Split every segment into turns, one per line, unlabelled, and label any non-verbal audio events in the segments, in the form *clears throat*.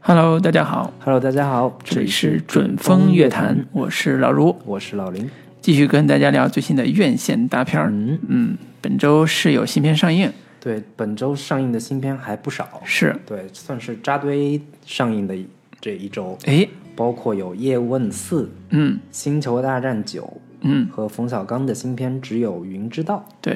Hello，大家好，
Hello，大家好，
这里是准风乐
嗯
坛，我是老卢，
我是老林。
继续跟大家聊最新的院线大片儿。
嗯
嗯，本周是有新片上映，
对，本周上映的新片还不少，
是
对，算是扎堆上映的一这一周，
哎，
包括有《叶问四》《
嗯
星球大战九
嗯》，
和冯小刚的新片《只有云知道
对，》，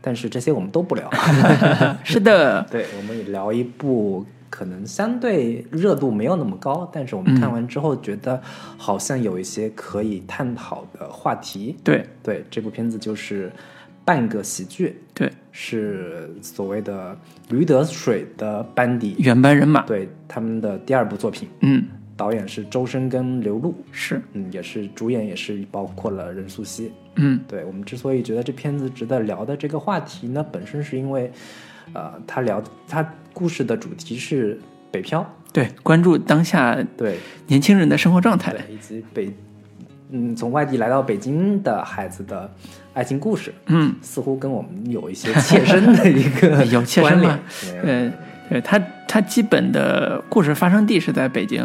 但是这些我们都
*laughs*
不聊。啊
是的，
对，我们也聊一部可能相对热度没有那么高，但是我
嗯
们看完之后觉得好像有一些可以探讨的话题。
对
对，这部片子就是半个喜剧。
对，
是所谓的驴得水的班底，
原班人马，
对他们的第二部作品，
嗯
导演是周深跟刘璐，
是，
嗯，也是主演也是包括了任素汐。
嗯
对我们之所以觉得这片子值得聊的这个话题呢，本身是因为，呃，他聊他故事的主题是北漂，
对，关注当下
对
年轻人的生活状态
对，，
*laughs*
以及北，嗯，从外地来到北京的孩子的爱情故事，
嗯，
似乎跟我们有一些切身的一个
*laughs* 有切身
关
吗
联。？
呃，对，它它基本的故事发生地是在北京，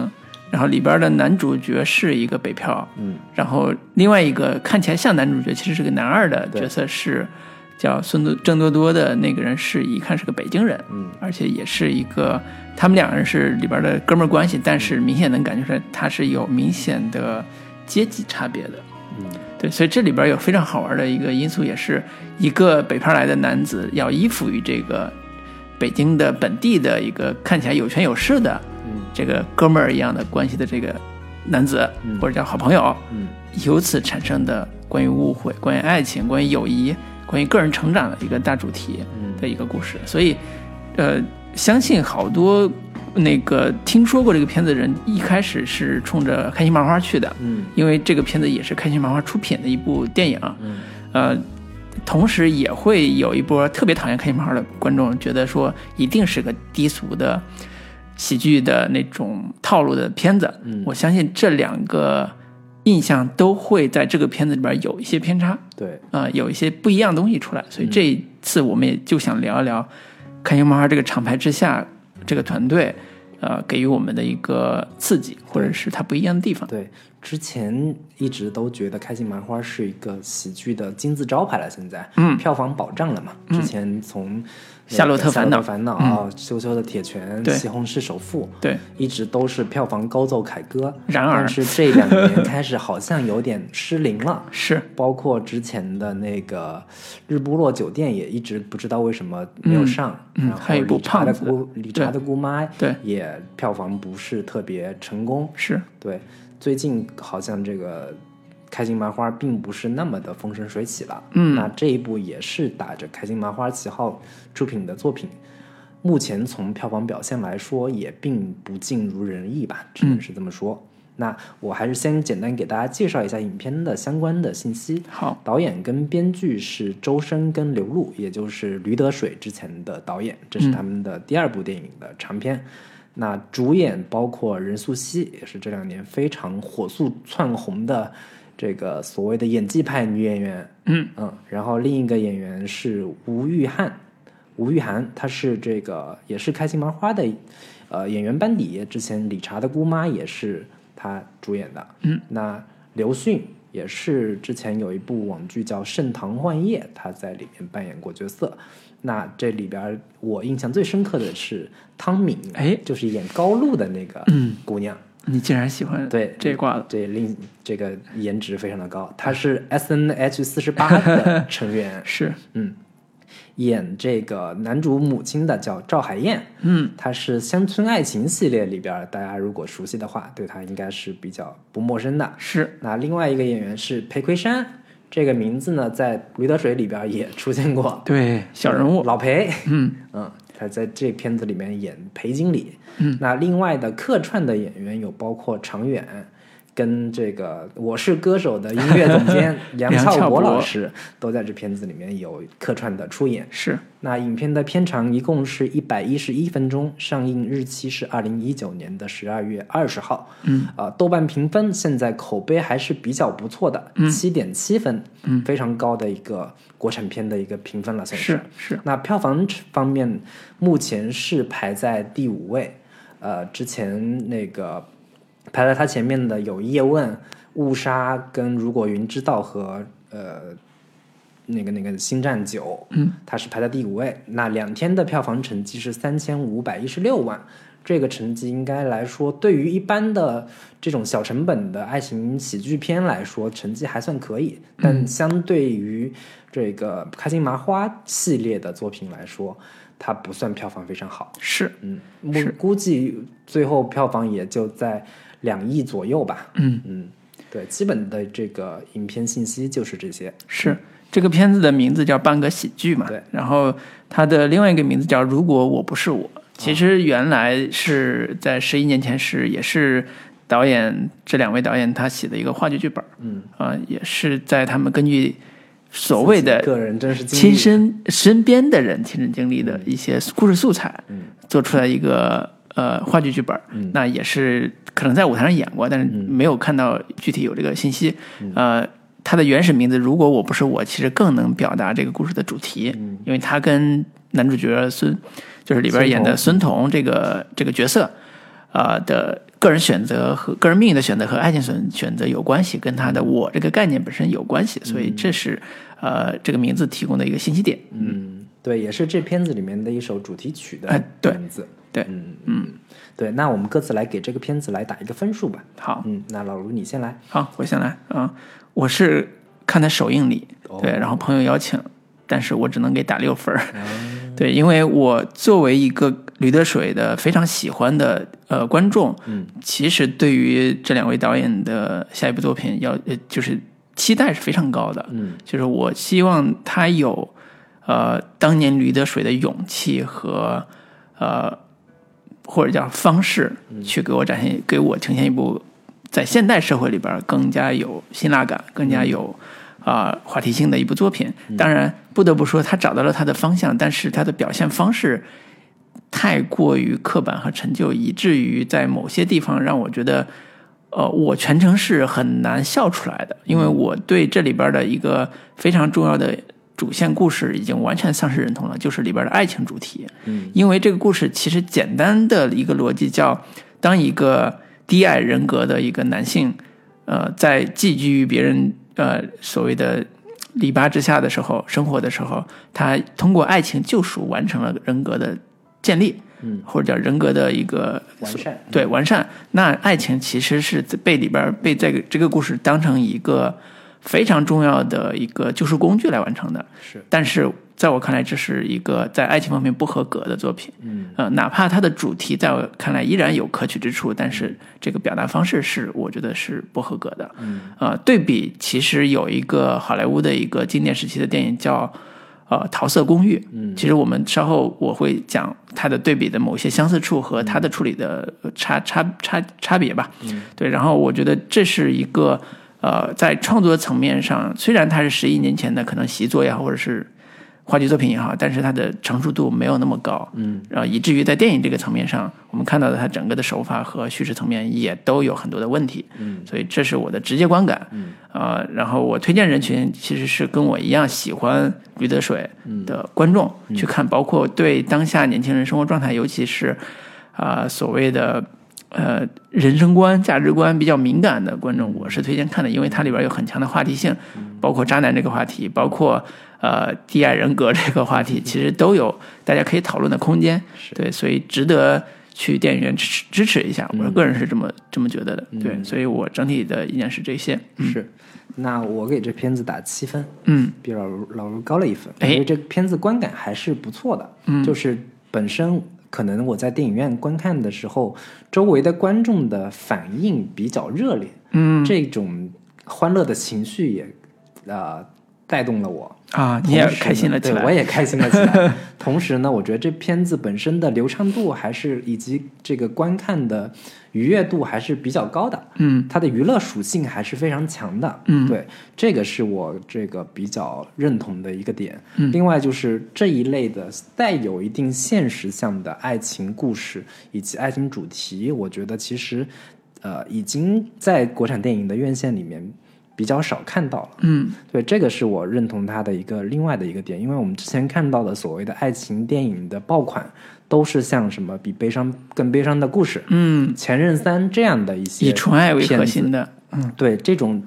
然后里边的男主角是一个北漂，
嗯，
然后另外一个看起来像男主角，其实是个男二的
对
角色是叫孙多郑多多的那个人是一看是个北京人，
嗯，
而且也是一个他们两个人是里边的哥们儿关系，但是明显能感觉出来他是有明显的阶级差别的。
嗯，
对，所以这里边有非常好玩的一个因素，也是一个北漂来的男子要依附于这个北京的本地的一个看起来有权有势的
嗯
这个哥们儿一样的关系的这个男子，
嗯
或者叫好朋友，
嗯
由此产生的关于误会、关于爱情、关于友谊、关于个人成长的一个大主题
嗯
的一个故事。所以，呃，相信好多那个听说过这个片子的人，一开始是冲着开心麻花去的，
嗯
因为这个片子也是开心麻花出品的一部电影，
嗯
呃，同时也会有一波特别讨厌开心麻花的观众，觉得说一定是个低俗的喜剧的那种套路的片子。
嗯
我相信这两个印象都会在这个片子里边有一些偏差，
对，
啊、有一些不一样的东西出来。所以这一次我们也就想聊一聊开心麻花这个厂牌之下这个团队。呃，给予我们的一个刺激，或者是它不一样的地方。
对，之前一直都觉得开心麻花是一个喜剧的金字招牌了，现在，
嗯
票房保障了嘛？之前从那
夏洛
个
特
夏
烦恼嗯
烦恼、啊，羞羞的铁拳、
对
西红柿首富，
对，
一直都是票房高奏凯歌。
然而
但是这两年开始好像有点失灵了。
是，
包括之前的那个《日不落酒店》也一直不知道为什么没有上，
嗯
然后
还有一部
理查的
胖子
姑理查的姑妈
对
也票房不是特别成功，
是，
对，最近好像这个开心麻花并不是那么的风生水起了。
嗯
那这一部也是打着开心麻花旗号出品的作品，目前从票房表现来说也并不尽如人意吧，只能是这么说。那我还是先简单给大家介绍一下影片的相关的信息。
好，
导演跟编剧是周深跟刘璐，也就是驴得水之前的导演，这是他们的第二部电影的长片。那主演包括任素汐，也是这两年非常火速窜红的这个所谓的演技派女演员。
嗯
嗯，然后另一个演员是吴玉翰，吴玉涵，她是这个也是开心麻花的呃演员班底，之前理查的姑妈也是她主演的。嗯，那刘迅也是之前有一部网剧叫《盛唐幻夜》，她在里面扮演过角色。那这里边儿我印象最深刻的是汤敏，
哎
就是演高露的那个姑娘。
你竟然喜欢
对
这挂了，
这令这个颜值非常的高，她是 S N H 四十八
*laughs*
的成员，
是，
嗯，演这个男主母亲的叫赵海燕，
嗯，
她是《乡村爱情》系列里边儿，大家如果熟悉的话，对她应该是比较不陌生的。
是，
那另外一个演员是裴魁山，这个名字呢，在《驴得水》里边儿也出现过，
对，小人物，
老裴，
嗯
嗯，他在这片子里面演裴经理。嗯，那另外的客串的演员有包括常远。跟这个《我是歌手》的音乐总 *laughs* 监梁
梁
翘
翘
柏老
柏
师都在这片子里面有客串的出演。
是，
那影片的片长一共是一百一十一分钟，上映日期是二零一九年的十二月二十号。
嗯，
啊、豆瓣评分现在口碑还是比较不错的，七点七分，嗯，非常高的一个国产片的一个评分了，算
是是，
那票房方面，目前是排在第五位，呃，之前那个排在他前面的有叶问、误杀跟如果云知道和呃那个那个星战九，嗯，它是排在第五位。那两天的票房成绩是三千五百一十六万，这个成绩应该来说，对于一般的这种小成本的爱情喜剧片来说，成绩还算可以。但
嗯
相对于这个开心麻花系列的作品来说，它不算票房非常好。
是
嗯，我估计最后票房也就在两亿左右吧。嗯嗯，对，基本的这个影片信息就是这些。
是，这个片子的名字叫《半个喜剧》嘛，
对。
然后它的另外一个名字叫《如果我不是我》，其
啊
实原来是在十一年前是也是导演这两位导演他写的一个话剧剧本，
嗯
啊、也是在他们根据所谓的
自己个人真实经历嗯
亲身身边的人亲身经历的一些故事素材，做出来一个呃话剧剧本，
嗯
那也是可能在舞台上演过，但是没有看到具体有这个信息。
嗯
呃，它的原始名字《如果我不是我》，其实更能表达这个故事的主题，因为它跟男主角孙就是里边演的孙彤这个这个角色，呃的个人选择和个人命运的选择和爱情选选择有关系，跟他的我这个概念本身有关系，所以这是呃这个名字提供的一个信息点。
嗯，对，也是这片子里面的一首主题曲的
哎对
名字。
对
嗯嗯，对，那我们各自来给这个片子来打一个分数吧。
好，
嗯，那老卢你先来。
好，我先来啊、我是看在首映里，对，然后朋友邀请，但是我只能给打六分儿，对，因为我作为一个驴得水的非常喜欢的呃观众，嗯，其实对于这两位导演的下一部作品要呃就是期待是非常高的，嗯，就是我希望他有呃当年驴得水的勇气和呃或者叫方式去给我展现，给我呈现一部在现代社会里边更加有辛辣感、更加有啊、呃话题性的一部作品。当然，不得不说，他找到了他的方向，但是他的表现方式太过于刻板和陈旧，以至于在某些地方让我觉得，呃，我全程是很难笑出来的，因为我对这里边的一个非常重要的。主线故事已经完全丧失认同了，就是里边的爱情主题。嗯，因为这个故事其实简单的一个逻辑叫，当一个低矮人格的一个男性，呃，在寄居于别人呃所谓的篱笆之下的时候，生活的时候，他通过爱情救赎完成了人格的建立，嗯，或者叫人格的一个
完善
对完善。那爱情其实是被里边儿被这个这个故事当成一个非常重要的一个救赎工具来完成的，
是，
但是在我看来，这是一个在爱情方面不合格的作品。
嗯，
呃，哪怕它的主题在我看来依然有可取之处，但是这个表达方式是我觉得是不合格的。嗯，呃，对比其实有一个好莱坞的一个经典时期的电影叫。呃，《桃色公寓》，嗯，其实我们稍后我会讲它的对比的某些相似处和它的处理的呃差差差差别吧，嗯，对，然后我觉得这是一个呃，在创作层面上，虽然它是十一年前的可能习作也好，或者是话剧作品也好，但是它的成熟度没有那么高，嗯，然后以至于在电影这个层面上，我们看到的它整个的手法和叙事层面也都有很多的问题，嗯，所以这是我的直接观感，嗯，呃，然后我推荐人群其实是跟我一样喜欢驴得水的观众、去看，包括对当下年轻人生活状态，尤其是啊、所谓的呃人生观、价值观比较敏感的观众，我是推荐看的，因为它里边有很强的话题性，包括渣男这个话题，包括呃低矮人格这个话题，其实都有大家可以讨论的空间。对，所以值得去电影院支持支持一下，我个人是这么、这么觉得的。对，所以我整体的意见是这些。
是。那我给这片子打七分，
嗯，
比老卢老卢高了一分，
哎
因为这个片子观感还是不错的，嗯，就是本身可能我在电影院观看的时候，周围的观众的反应比较热烈，嗯，这种欢乐的情绪也呃带动了我，
啊，你也
同时呢
开心了起
对，我
来。
也开心了起
*laughs*
来。同时呢，我觉得这片子本身的流畅度还是以及这个观看的愉悦度还是比较高的。
嗯，
它的娱乐属性还是非常强的。嗯，对，这个是我这个比较认同的一个点。嗯，另外就是这一类的带有一定现实向的爱情故事以及爱情主题，我觉得其实呃已经在国产电影的院线里面。比较少看到了。
嗯
对，这个是我认同他的一个另外的一个点，因为我们之前看到的所谓的爱情电影的爆款，都是像什么比悲伤更悲伤的故事、
嗯，
前任三这样的一些
以纯爱为
骗
核
子
心的，
对这种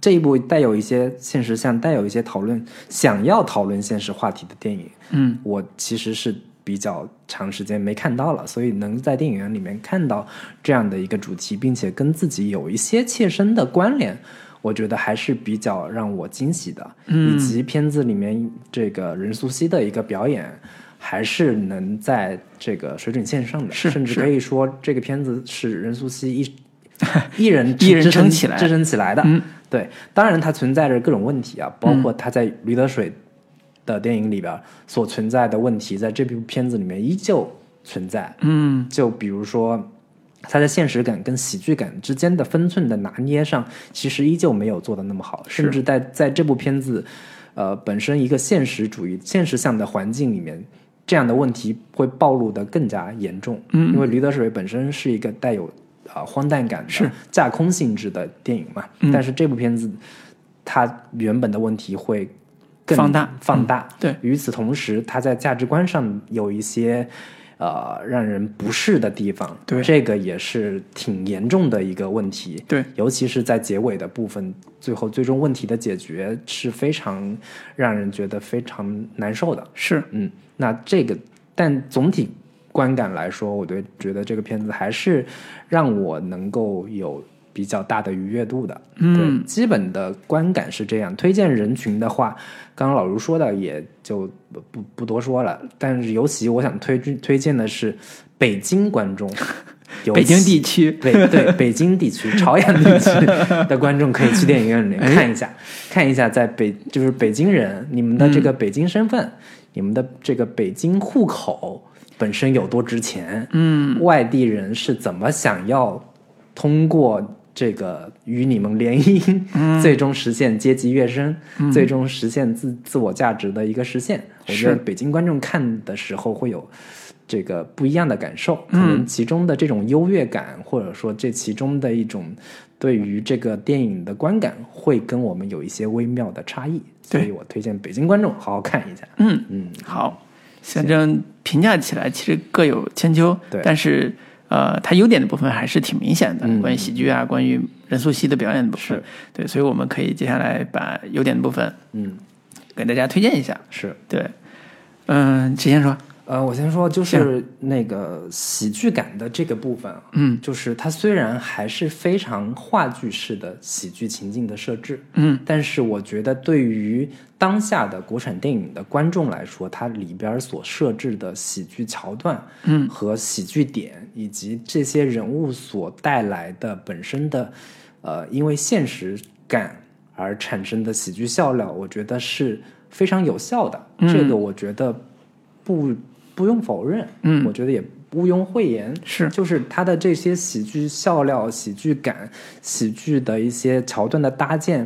这一部带有一些现实向，带有一些讨论，想要讨论现实话题的电影，
嗯，
我其实是比较长时间没看到了，所以能在电影院里面看到这样的一个主题，并且跟自己有一些切身的关联。我觉得还是比较让我惊喜的，
嗯
以及片子里面这个任素汐的一个表演，还是能在这个水准线上的，
是
甚至
是
可以说这个片子是任素汐一一人
一人
支撑
撑起来
支撑起来的。
嗯
对，当然它存在着各种问题啊，包括它在驴得水的电影里边所存在的问题，在这部片子里面依旧存在。
嗯
就比如说，它在现实感跟喜剧感之间的分寸的拿捏上，其实依旧没有做的那么好，甚至在在这部片子，呃，本身一个现实主义、现实向的环境里面。这样的问题会暴露的更加严重，嗯，因为《驴得水》本身是一个带有啊、呃荒诞感的、
是嗯
架空性质的电影嘛，但是这部片子它原本的问题会更
放大
放大，
对，
与此同时，他在价值观上有一些呃让人不适的地方，
对
这个也是挺严重的一个问题。
对，
尤其是在结尾的部分，最后最终问题的解决是非常让人觉得非常难受的。
是，
嗯，那这个，但总体观感来说，我对觉得这个片子还是让我能够有比较大的愉悦度的。
嗯，
对，基本的观感是这样。推荐人群的话，刚刚老卢说的也就不不不多说了。但是尤其我想推推荐的是北京
*laughs*
观众，尤其
北京地区，
北对北京地区、朝阳地区的观众可以去电影院里面看一下，看一下在北就是北京人，你们的这个北京身份，你们的这个北京户口本身有多值钱，
嗯，
外地人是怎么想要通过。这个与你们联姻， *laughs* 最终实现阶级跃升，最终实现自自我价值的一个实现。我觉得
是
北京观众看的时候会有这个不一样的感受，
嗯
可能其中的这种优越感，或者说这其中的一种对于这个电影的观感，会跟我们有一些微妙的差异。所
对
以我推荐北京观众好好看一下。
嗯
嗯，
好，反正评价起来其实各有千秋，
对
但是呃，它优点的部分还是挺明显的，
嗯
关于喜剧啊，关于任素汐的表演的部分
是，
对，所以我们可以接下来把优点的部分
嗯，
给大家推荐一下，
是。
对，嗯，谁先说？
呃，我先说，就是那个喜剧感的这个部分，啊
嗯，
就是它虽然还是非常话剧式的喜剧情境的设置，
嗯，
但是我觉得对于当下的国产电影的观众来说，它里边所设置的喜剧桥段，
嗯，
和喜剧点，以及这些人物所带来的本身的，呃，因为现实感而产生的喜剧笑料，我觉得是非常有效的。
嗯
这个我觉得不不用否认，
嗯
我觉得也毋庸讳言，
是
就是他的这些喜剧笑料、喜剧感、喜剧的一些桥段的搭建，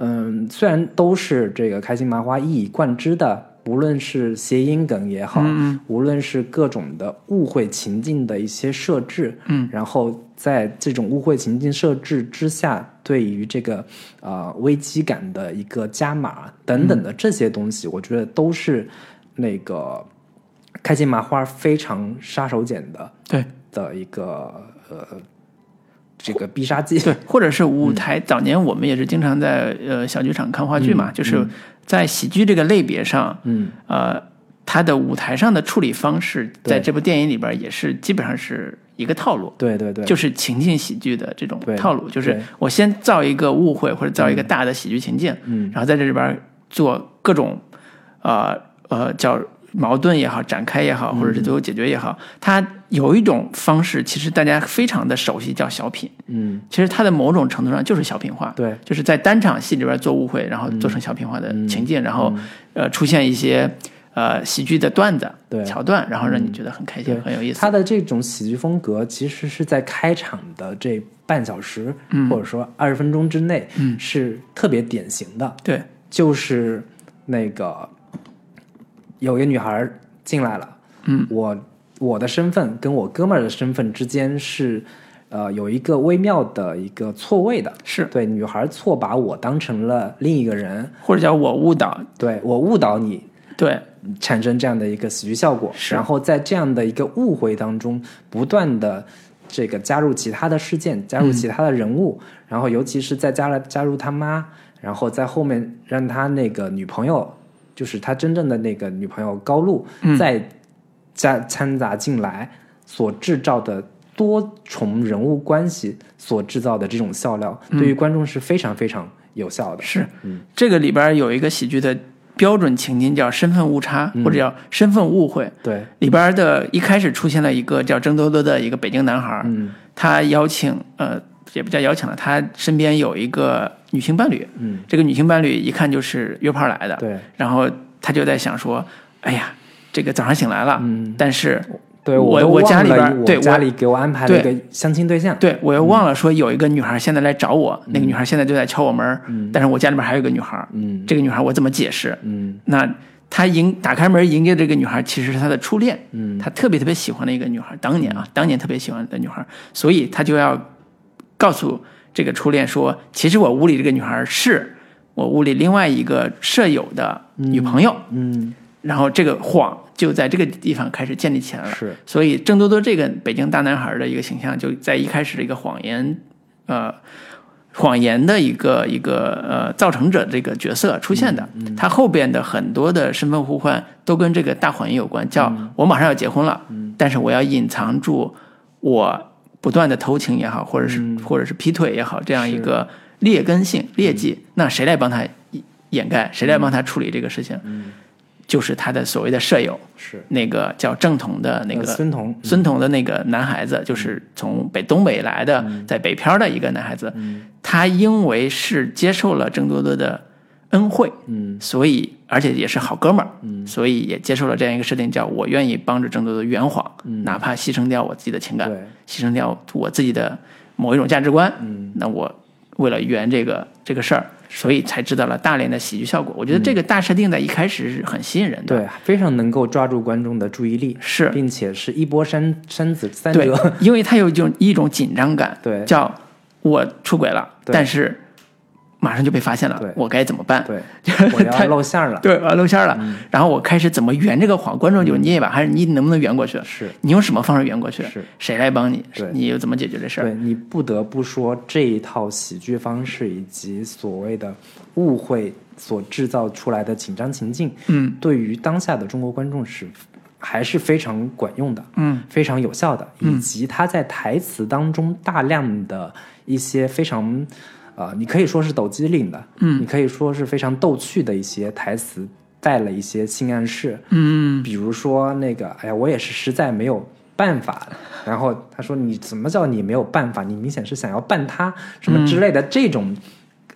嗯，虽然都是这个开心麻花一以贯之的，无论是谐音梗也好，无论是各种的误会情境的一些设置，嗯，然后在这种误会情境设置之下，对于这个呃危机感的一个加码等等的这些东西，我觉得都是那个开心麻花非常杀手锏的
对
的一个呃这个必杀技，
对， *laughs* 或者是
嗯
舞台。早年我们也是经常在呃小剧场看话剧嘛，就是在喜剧这个类别上，
嗯，
呃，它的舞台上的处理方式，
对
在这部电影里边也是基本上是一个套路，
*laughs* 对对对，
就是情境喜剧的这种
对
套路，就是
对
我先造一个误会或者造一个大的喜剧情境，
嗯
然后在这里边做各种呃呃叫矛盾也好，展开也好，或者是
嗯
最后解决也好，它有一种方式，其实大家非常的熟悉，叫小品。
嗯
其实它的某种程度上就是小品化，
对
就是在单场戏里边做误会，然后做成小品化的情境，然
嗯
后呃出现一些呃喜剧的段子、
对嗯
桥段，然后让你觉得很开心、
对
很有意思。
他的这种喜剧风格其实是在开场的这半小时、或者说二十分钟之内、是特别典型的，
对，
就是那个有一个女孩进来了，嗯，我我的身份跟我哥们儿的身份之间是呃有一个微妙的一个错位的，
是
对女孩错把我当成了另一个人，
或者叫我误导，
对我误导你，
对，
产生这样的一个喜剧效果，
是
然后在这样的一个误会当中，不断的这个加入其他的事件，加入其他的人物，
嗯
然后尤其是再加了加入他妈，然后在后面让他那个女朋友，就是他真正的那个女朋友高露，
嗯
再加掺杂进来所制造的。多重人物关系所制造的这种笑料，对于观众是非常非常有效
嗯
的。
是，这个里边有一个喜剧的标准情境叫身份误差，
嗯
或者叫身份误会。
对，
里边的一开始出现了一个叫郑多多的一个北京男孩，
嗯
他邀请呃也不叫邀请了，他身边有一个女性伴侣，
嗯，
这个女性伴侣一看就是约炮来的，
对
然后他就在想说，哎呀，这个早上醒来了，
嗯
但是
对
啊我
都
我
忘
家里
了
边
我
对
家
我
里给我安排了一个相亲对象，
对我又忘了说有一个女孩现在来找我，那个女孩现在就在敲我门儿，但是我家里边还有一个女孩，
嗯
这个女孩我怎么解释？
嗯
那他迎打开门迎接这个女孩，其实是他的初恋，
嗯
他特别特别喜欢的一个女孩，当年啊，当年特别喜欢的女孩，所以他就要告诉这个初恋说，其实我屋里这个女孩是我屋里另外一个舍友的女朋友，
嗯，
然后这个谎就在这个地方开始建立起来了。
是
所以郑多多这个北京大男孩的一个形象，就在一开始的一个谎言，呃，谎言的一个一个呃造成者这个角色出现的。他后边的很多的身份互换都跟这个大谎言有关，叫我马上要结婚了，但是我要隐藏住我不断的偷情也好，或者是、或者是劈腿也好，这样一个劣根性劣迹，那谁来帮他掩盖？谁来帮他处理这个事情？就是他的所谓的舍友，
是
那个叫郑彤的那
呃
个嗯
孙彤，
孙彤的那个男孩
嗯
子，就是从北东北来的，在北漂的一个男孩子，
嗯
他因为是接受了郑多多的恩惠，
嗯
所以而且也是好哥们儿，
嗯
所以也接受了这样一个设定，叫我愿意帮着郑多多圆谎，哪怕牺牲掉我自己的情感，
嗯对
牺牲掉我自己的某一种价值观，
嗯
那我为了圆这个这个事儿，所以才知道了大连的喜剧效果。我觉得这个大设定在一开始是很吸引人的，
对，非常能够抓住观众的注意力，
是
并且是一波三三子三
对 *laughs*
折，，
因为他有一种一种紧张感，
对
叫我出轨了，
对
但是马上就被发现了
对，
我该怎么办？ *laughs*
对，
对
我要露馅儿了，嗯
对，我要露馅儿了。然后我开始怎么圆这个谎？观众就捏一把，还是你能不能圆过去？
是
你用什么方式圆过去？
是
谁来帮你
对？
你又怎么解决这事儿？
对你不得不说这一套喜剧方式以及所谓的误会所制造出来的紧张情境，
嗯，
对于当下的中国观众是还是非常管用的，
嗯，
非常有效的，以及他在台词当中大量的一些非常。呃，你可以说是抖机灵的，嗯，你可以说是非常逗趣的一些台词，带了一些性暗示，
嗯，
比如说那个，哎呀，我也是实在没有办法了。然后他说：“你怎么叫你没有办法？你明显是想要办他什
嗯
么之类的这种、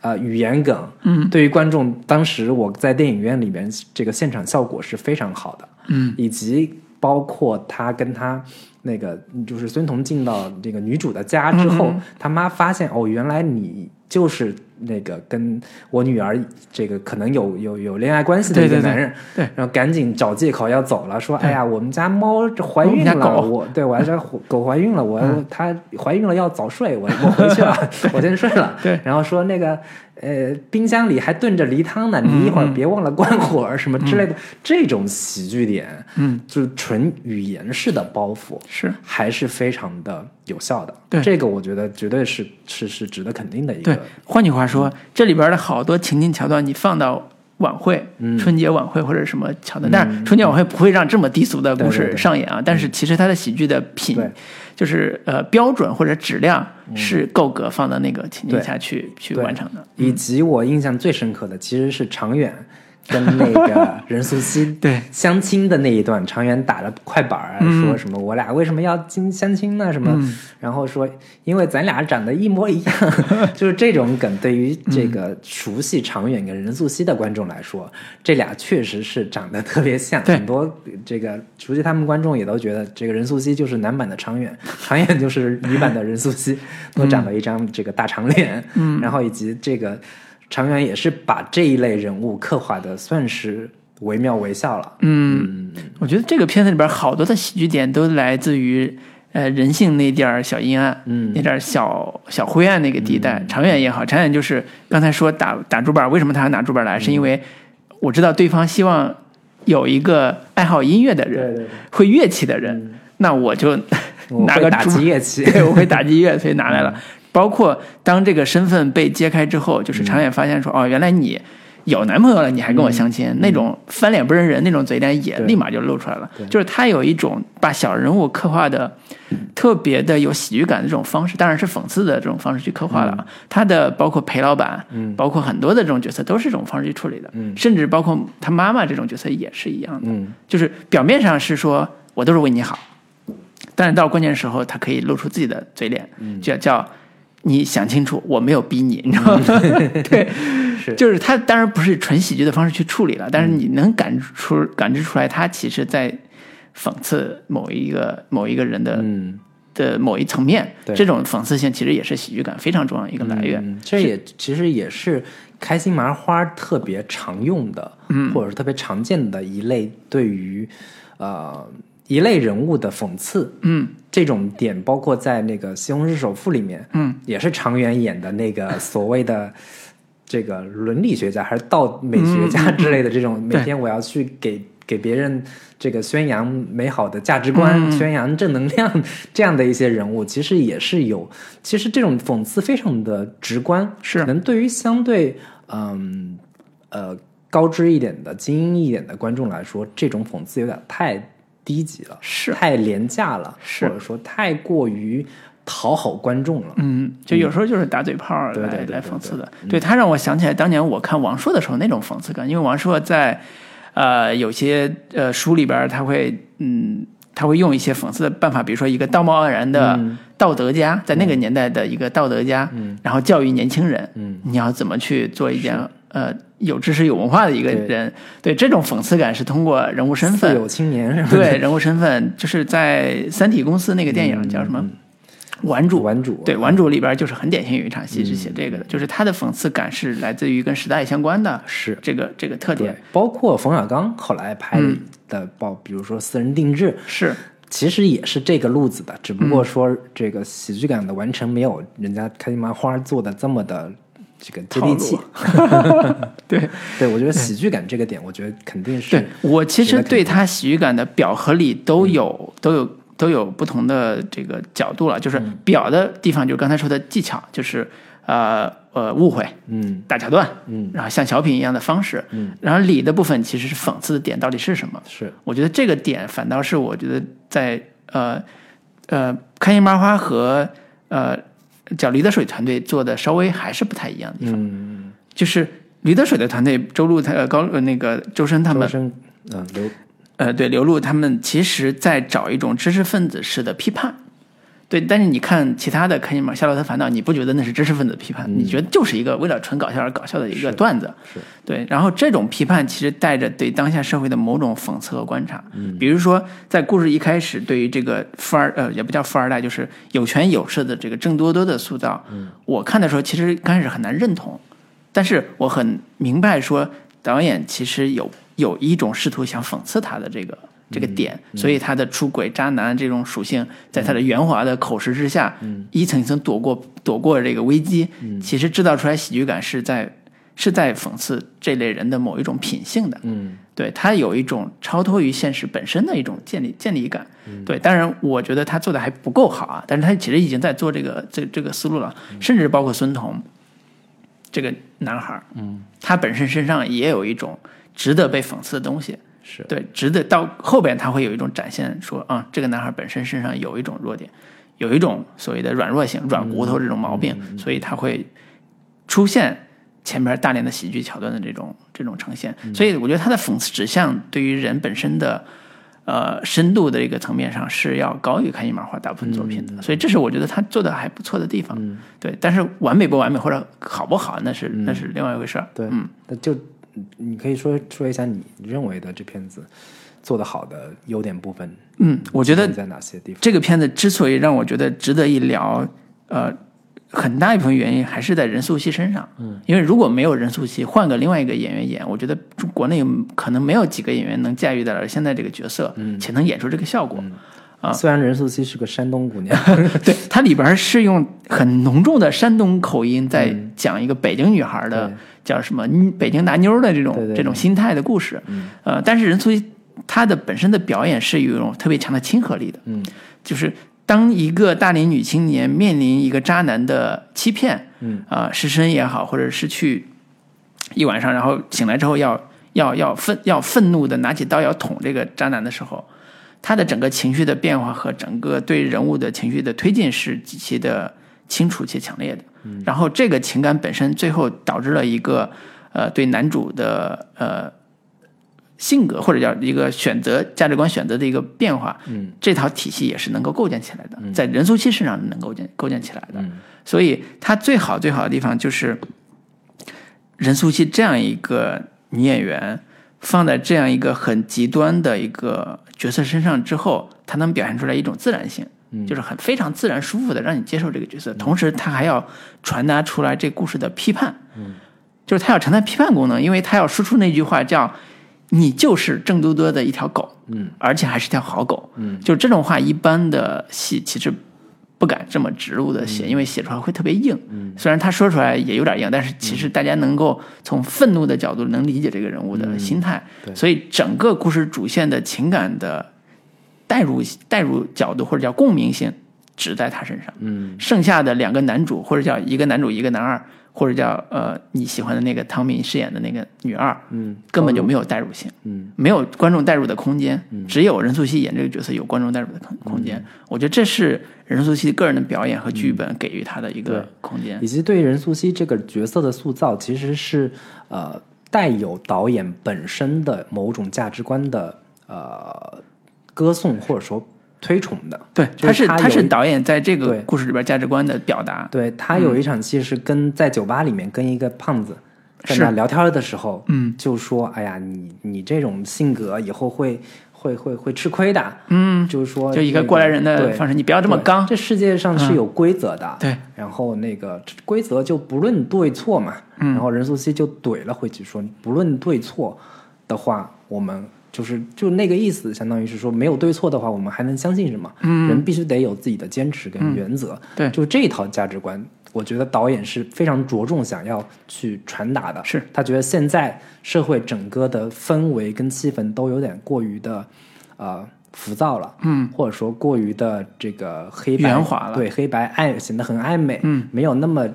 呃语言梗。”嗯，对于观众，当时我在电影院里面这个现场效果是非常好的。嗯，以及包括他跟他那个就是孙彤进到这个女主的家之后，
嗯
他妈发现哦，原来你就是那个跟我女儿这个可能有有有恋爱关系的一
对
个
对对
男人，
对
然后赶紧找借口要走了，说哎呀，我们家猫这怀孕
我们家
了，
狗
我对我
*laughs*
还是狗怀孕了，我
嗯
它怀孕了要早睡，我我回去了，
*laughs*
我先睡了。
对，
然后说那个呃，冰箱里还炖着梨汤
嗯
呢，你一会儿别忘了关火儿什么之类的，这种喜剧点，
嗯，
就是纯语言式的包袱，
是
还是非常的有效的。
对
这个我觉得绝对是是是值得肯定的一
对
个。。嗯
换句话说，这里边的好多情境桥段，你放到。晚会，
嗯
春节晚会或者什么桥段，但是春节晚会不会让这么低俗的故
对对
事
对
上演啊。但是其实它的喜剧的品
对嗯
就是呃标准或者质量是够格放到那个情境
对
下去去
对
完成的。
以及我印象最深刻的其实是常远跟那个任素汐
对
相亲的那一段，常远打了快板儿、啊说什么我俩为什么要亲相亲呢？什么，然后说因为咱俩长得一模一样， *laughs* 就是这种梗，对于这个熟悉常远跟任素汐的观众来说，这俩确实是长得特别像，
对
很多这个熟悉他们观众也都觉得这个任素汐就是男版的常远， *laughs* 常远就是女版的任素汐，都长了一张这个大长脸，嗯，然后以及这个常远也是把这一类人物刻画的算是惟妙惟肖了，
嗯，我觉得这个片子里边好多的喜剧点都来自于呃人性那点儿小阴暗，
嗯
那点儿小小灰暗那个地带。长远也好，长远就是刚才说打打竹板，为什么他要拿竹板来？是因
嗯
为我知道对方希望有一个爱好音乐的
对
人，
对对，嗯
会乐器的人，那我就 *laughs*
我
拿
会
个
打
竹
击乐器，
对， *laughs* 我会打击乐，所以拿来
嗯
了。包括当这个身份被揭开之后，就是
嗯
长远发现说，哦，原来你有男朋友了，你还跟我相亲，那种翻脸不认人那种嘴脸也
嗯对
立马就露出来了
对。嗯
就是他有一种把小人物刻画的特别的有喜剧感的这种方式，当然是讽刺的这种方式去刻画了啊。他的包括裴老板，
嗯
包括很多的这种角色都是这种方式去处理的，
嗯
甚至包括他妈妈这种角色也是一样的。
嗯
就是表面上是说我都是为你好，但是到关键时候，他可以露出自己的嘴脸，
嗯
叫叫你想清楚，我没有逼你，你知道吗？ *laughs* 对，
嗯 *laughs* 是
就是他当然不是纯喜剧的方式去处理了，但是你能感出感知出来，他其实在讽刺某一个某一个人的、
嗯，
的某一层面，
对
这种讽刺性其实也是喜剧感非常重要的一个来源。
嗯这也其实也是开心麻花特别常用的，嗯，或者是特别常见的一类对于呃一类人物的讽刺，
嗯，
这种点包括在那个《西红柿首富》里面，
嗯，
也是常远演的那个所谓的。这个伦理学家还是道美学家之类的这种，每
嗯对
天我要去给给别人这个宣扬美好的价值观、
嗯
宣扬正能量这样的一些人物，其实也是有，其实这种讽刺非常的直观，
是
可能对于相对嗯呃高知一点的精英一点的观众来说，这种讽刺有点太低级了，
是
太廉价了，
是
或者说太过于讨好观众了。
嗯，就有时候就是打嘴炮儿来、
对对对对
来
对嗯
讽刺的。对他让我想起来当年我看王朔的时候那种讽刺感，因为王朔在呃有些呃书里边儿他会嗯他会用一些讽刺的办法，比如说一个道貌岸然的
嗯
道德家，在那个年代的一个道德家，然后教育年轻人，
嗯
你要怎么去做一件呃有知识有文化的一个
对
人？对这种讽刺感是通过人物身份
自有青年是吧？
对人物身份，就是在《三体》公司那个电影叫什
嗯
么？顽主，
顽主
对，《顽主》里边就是很典型有一场戏是
嗯
写这个的，就是他的讽刺感是来自于跟时代相关的
是
这个这个特
对
点，，嗯
包括冯小刚后来拍的报，比如说《私人定制》，
是
其实也是这个路子的，只不
嗯
过说这个喜剧感的完成没有人家开心麻花做的这么的这个接
套
地
路啊
气。
*laughs* 对
对，我觉得喜剧感这个点，我觉得肯定是
对。我其
值
实
得嗯肯
对他喜剧感的表和里都有都有都有不同的这个角度了，就是
嗯
表的地方，就是刚才说的技巧，就是呃呃误会，
嗯
打桥段，
嗯，
然后像小品一样的方式，嗯，然后里的部分其实是讽刺的点到底是什么，
是
我觉得这个点反倒是我觉得在呃呃开心麻花和呃叫驴得水团队做的稍微还是不太一样的地方，
嗯，
就是驴得水的团队周路他呃高呃那个周深他
周
们
深嗯刘
呃对刘路他们其实在找一种知识分子式的批判。对，但是你看其他的开心麻《夏洛特烦恼》，你不觉得那是知识分子批判？你觉得就是一个为了纯搞笑而搞笑的一个段子。
嗯是
对，然后这种批判其实带着对当下社会的某种讽刺和观察，
嗯
比如说在故事一开始，对于这个富二呃也不叫富二代，就是有权有势的这个郑多多的塑造，
嗯
我看的时候其实刚开始很难认同，但是我很明白说导演其实有有一种试图想讽刺他的这个。这个点，所以他的出轨、渣男这种属性，在他的圆滑的口实之下，一层一层躲过躲过这个危机，其实制造出来喜剧感是在是在讽刺这类人的某一种品性的，
嗯
对他有一种超脱于现实本身的一种建立建立感，对，当然我觉得他做的还不够好啊，但是他其实已经在做这个这这个思路了，甚至包括孙彤这个男孩，嗯，他本身身上也有一种值得被讽刺的东西，
是
对，值得到后边他会有一种展现说，啊，这个男孩本身身上有一种弱点，有一种所谓的软弱性、软骨头这种毛病，
嗯
所以他会出现前面大量的喜剧桥段的这种这种呈现。
嗯
所以我觉得他的讽刺指向对于人本身的呃深度的一个层面上是要高于开心麻花大部分作品
嗯
的，所以这是我觉得他做的还不错的地方。对，但是完美不完美或者好不好，那是、那是另外一回事儿。
嗯对，
嗯，
那就你可以说说一下你认为的这片子做的好的优点部分，
嗯，我觉得
在哪些地方？
这个片子之所以让我觉得值得一聊，呃，很大一部分原因还是在任素汐身上。嗯，因为如果没有任素汐，换个另外一个演员演，我觉得中
嗯
国内可能没有几个演员能驾驭得了现在这个角色，且能演出这个效果。啊、啊
虽然任素汐是个山东姑
*laughs*
娘，
对，它里边是用很浓重的山东口音在讲一个北京女孩的、叫什么嗯北京大妞儿的这种
对对对嗯
这种心态的故事。呃，但是任素汐她的本身的表演是有一种特别强的亲和力的，
嗯，
就是当一个大龄女青年面临一个渣男的欺骗，
嗯，
啊、失身也好，或者失去一晚上，然后醒来之后要要要愤要愤怒的拿起刀要捅这个渣男的时候，他的整个情绪的变化和整个对人物的情绪的推进是极其的清楚且强烈的。然后这个情感本身最后导致了一个呃对男主的呃性格或者叫一个选择价值观选择的一个变化。
嗯，
这套体系也是能够构建起来的，在任素汐身上能构建构建起来的。所以她最好最好的地方就是任素汐这样一个女演员，放在这样一个很极端的一个角色身上之后，她能表现出来一种自然性，就是很非常自然舒服的让你接受这个角色，同时她还要传达出来这故事的批判，就是她要承担批判功能，因为她要说出那句话叫“你就是郑多多的一条狗”，
嗯，
而且还是条好狗，嗯，就这种话一般的戏其实不敢这么直入的写，因为写出来会特别硬。嗯，虽然他说出来也有点硬，但是其实大家能够从愤怒的角度能理解这个人物的心态，所以整个故事主线的情感的代入代入角度或者叫共鸣性只在他身上。嗯，剩下的两个男主或者叫一个男主一个男二。或者叫呃你喜欢的那个汤米饰演的那个女二，
嗯，
根本就没有代入性，
嗯，
没有观众代入的空间，只有任素汐演这个角色有观众代入的空空间。
嗯
我觉得这是任素汐个人的表演和剧本给予她的一个空间。
以及对任素汐这个角色的塑造，其实是呃带有导演本身的某种价值观的呃歌颂或者说推崇的。
对，
就
他
是
是
她
他是
有一
导演在这个
对
故事里边价值观的表达，
对他
嗯
有一场戏是跟在酒吧里面跟一个胖子在
是
那聊天的时候，
嗯，
就说：“哎呀，你你这种性格以后会会会会吃亏的。”嗯，就是说
就一
那
个过来人的
对
方式，你不要这么
对
刚。嗯
这世界上是有规则的。
对，
然后那个这规则就不论对错嘛，
嗯
然后任素汐就怼了回去说，不论对错的话，我们就是就那个意思，相当于是说没有对错的话，我们还能相信什么？嗯，人必须得有自己的坚持跟原则。
对
就这一套价值观。我觉得导演是非常着重想要去传达的，
是
他觉得现在社会整个的氛围跟气氛都有点过于的，呃，浮躁了，嗯，或者说过于的这个黑白
圆滑了
对黑白爱显得很暧昧，嗯，没有那么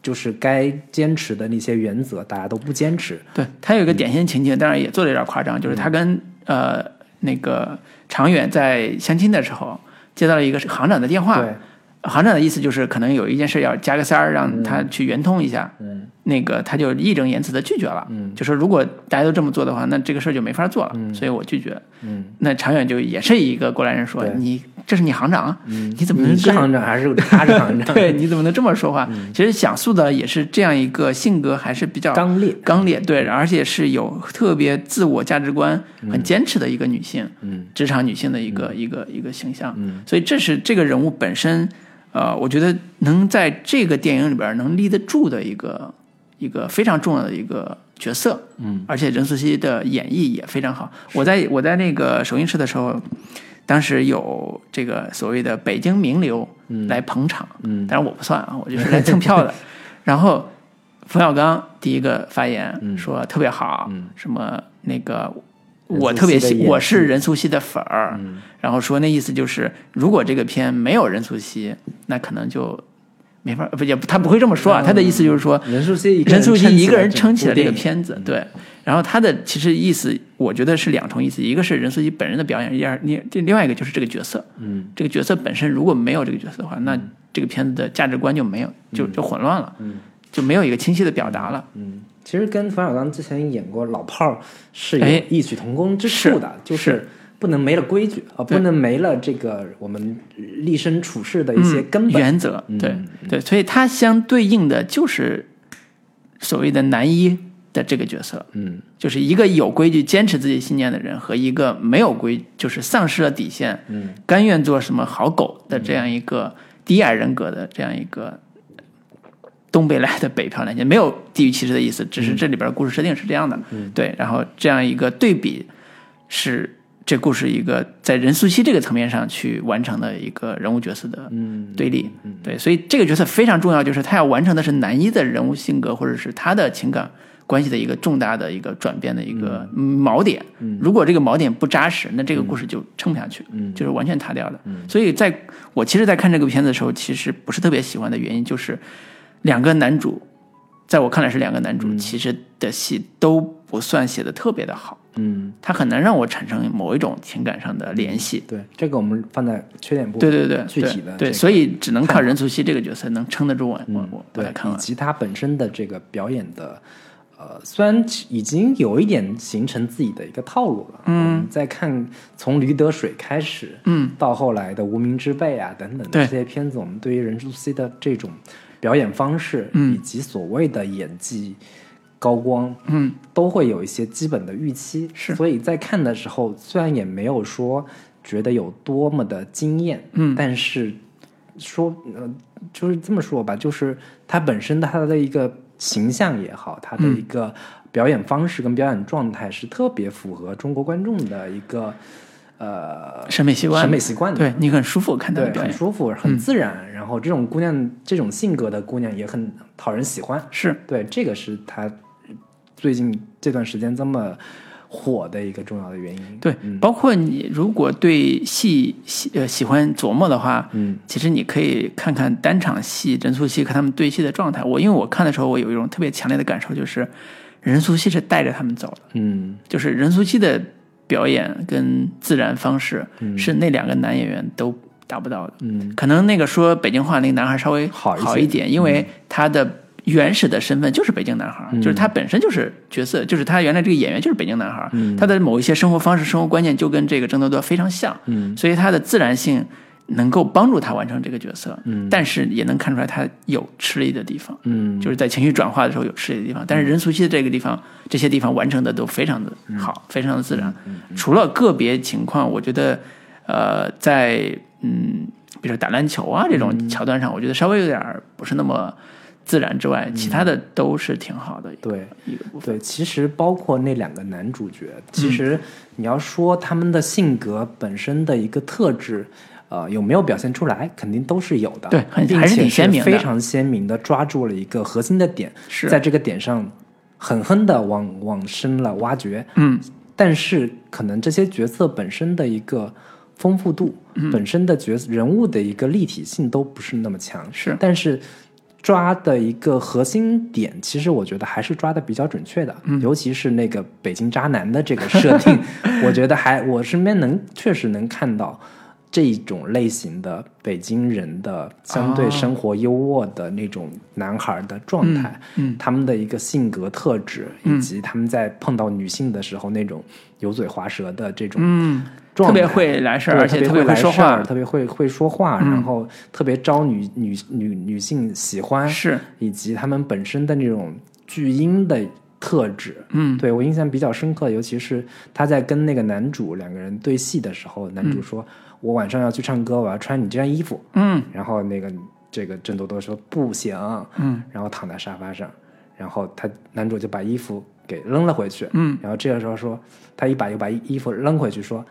就是该坚持的那些原则，大家都不坚持，
对他有一个典型情节，当然也做的有点夸张，就是
嗯
他跟呃那个常远在相亲的时候接到了一个行长的电话，
对，
行长的意思就是可能有一件事要加个塞儿，
嗯
让他去圆通一下。嗯，那个他就义正言辞的拒绝了。嗯，就说如果大家都这么做的话，那这个事儿就没法做了。嗯，所以我拒绝。嗯，那长远就也是一个过来人说
对：“
你这是你行长，嗯、你怎么能
你
这
是
样？
行长还是他是行长？
*laughs*
嗯
对，你怎么能这么说话？”其实想塑造的也是这样一个性格，还是比较
刚烈，
刚烈，对，而且是有特别自我价值观、很坚持的一个女性，
嗯，
职场女性的一个、一个一个形象，嗯，所以这是这个人物本身，呃，我觉得能在这个电影里边能立得住的一个一个非常重要的一个角色，嗯，而且任素汐的演绎也非常好。我在我在那个首映式的时候，当时有这个所谓的北京名流来捧场，嗯，但是我不算啊，我就是来蹭票
*laughs*
的。然后冯小刚第一个发言
嗯
说特别好，什么那个
任素汐
我特别
的
喜，
演嗯
我是任素汐的粉儿，然后说那意思就是如果这个片没有任素汐，那可能就没法不也他不会这么说啊，他的意思就是说
任素汐一个
任素汐一个人撑起
起
了
来
这个
整部电影嗯
片子，对。然后他的其实意思，我觉得是两重意思，一个是任素汐本人的表演，一二另另外一个就是这个角色，嗯，这个角色本身如果没有这个角色的话，那
嗯
这个片子的价值观就没有，就就混乱了，嗯，就没有一个清晰的表达了。
嗯其实跟冯小刚之前演过《老炮儿》是有
哎
异曲同工之处的，
是
就是是不能没了规矩啊，
对
不能没了这个我们立身处世的一些根本。
嗯
嗯
原则，对、对，所以它相对应的就是所谓的男一的这个角色，
嗯，
就是一个有规矩、坚持自己信念的人和一个没有规，就是丧失了底线，嗯，甘愿做什么好狗的这样一个低矮人格的这样一个东北来的北漂男性，没有地域歧视的意思，只是这里边故事设定是这样的，对，然后这样一个对比是这故事一个在任素汐这个层面上去完成的一个人物角色的对立，对，所以这个角色非常重要，就是他要完成的是男一的人物性格或者是他的情感关系的一个重大的一个转变的一个锚点。如果这个锚点不扎实，那这个故事就撑不下去，就是完全塌掉的。所以在我其实，在看这个片子的时候，其实不是特别喜欢的原因就是两个男主，在我看来是两个男主，其实的戏都不算写的特别的好。
嗯，
它很难让我产生某一种情感上的联系。
对，这个我们放在缺点部分，
对对对，
具体的
对，对所以只能靠任素汐这个角色能撑得住我我我把
嗯对
它看
以
完。
及他本身的这个表演的，呃，虽然已经有一点形成自己的一个套路了，嗯，再看从《驴得水》开始，嗯，到后来的《无名之辈》啊等等
对
这些片子，我们对于任素汐的这种表演方式，
嗯
以及所谓的演技。高光，嗯，都会有一些基本的预期，
是
所以在看的时候，虽然也没有说觉得有多么的惊艳，嗯，但是说，呃，就是这么说吧，就是他本身他的一个形象也好，他的
嗯
一个表演方式跟表演状态是特别符合中国观众的一个呃
审美习惯，
审美习惯的，
对你很舒服看他的
对，
表
很
演，嗯
舒服，很自然。然后这种姑娘这种性格的姑娘也很讨人喜欢，
是
对，这个是他最近这段时间这么火的一个重要的原因。嗯
对。包括你如果对戏喜呃喜欢琢磨的话，
嗯，
其实你可以看看单场戏任素汐和他们对戏的状态。我因为我看的时候，我有一种特别强烈的感受，就是任素汐是带着他们走的。
嗯
就是任素汐的表演跟自然方式是那两个男演员都达不到的。
嗯，
可能那个说北京话那个男孩稍微
好一些
好一点，因为他的原始的身份就是北京男孩，就是
嗯
他本身就是角色，就是他原来这个演员就是北京男孩，
嗯
他的某一些生活方式、生活观念就跟这个郑多多非常像，
嗯
所以他的自然性。能够帮助他完成这个角色，嗯，但是也能看出来他有吃力的地方，
嗯，
就是在情绪转化的时候有吃力的地方，但是任素汐这个地方，这些地方完成的都非常的
嗯
好，非常的自然。除了个别情况，我觉得，呃，在嗯，比如说打篮球啊这种
嗯
桥段上，我觉得稍微有点儿不是那么自然之外，其他的都是挺好的
嗯对。
一个部分。嗯
对，其实包括那两个男主角，其实你要说他们的性格本身的一个特质，呃，有没有表现出来，肯定都是有的。
对很
并
还是
且
挺鲜明的
非常鲜明的抓住了一个核心的点，
是
在这个点上狠狠的往往深了挖掘。
嗯，
但是可能这些角色本身的一个丰富度，本身的角人物的一个立体性都不是那么强，
是
但是抓的一个核心点，其实我觉得还是抓的比较准确的，尤其是那个北京渣男的这个设定，我觉得还我身边能确实能看到。这一种类型的北京人的相对
哦
生活优渥的那种男孩的状态，
嗯
他们的一个性格特质，以及他们在碰到女性的时候那种油嘴滑舌的这种
嗯，
状态，
特别会来事儿，
对
而且
特
特别
会
会
来
说
事儿
话，嗯
特别会会说话，然后特别招女女女女性喜欢，
是
以及他们本身的那种巨婴的特质。
嗯，
对我印象比较深刻，尤其是他在跟那个男主两个人对戏的时候，男主说：“我晚上要去唱歌，我要穿你这件衣服。”
嗯，
然后那个这个郑多多说不行，嗯，然后躺在沙发上，然后他男主就把衣服给扔了回去，嗯，然后这个时候说他一把又把衣服扔回去说。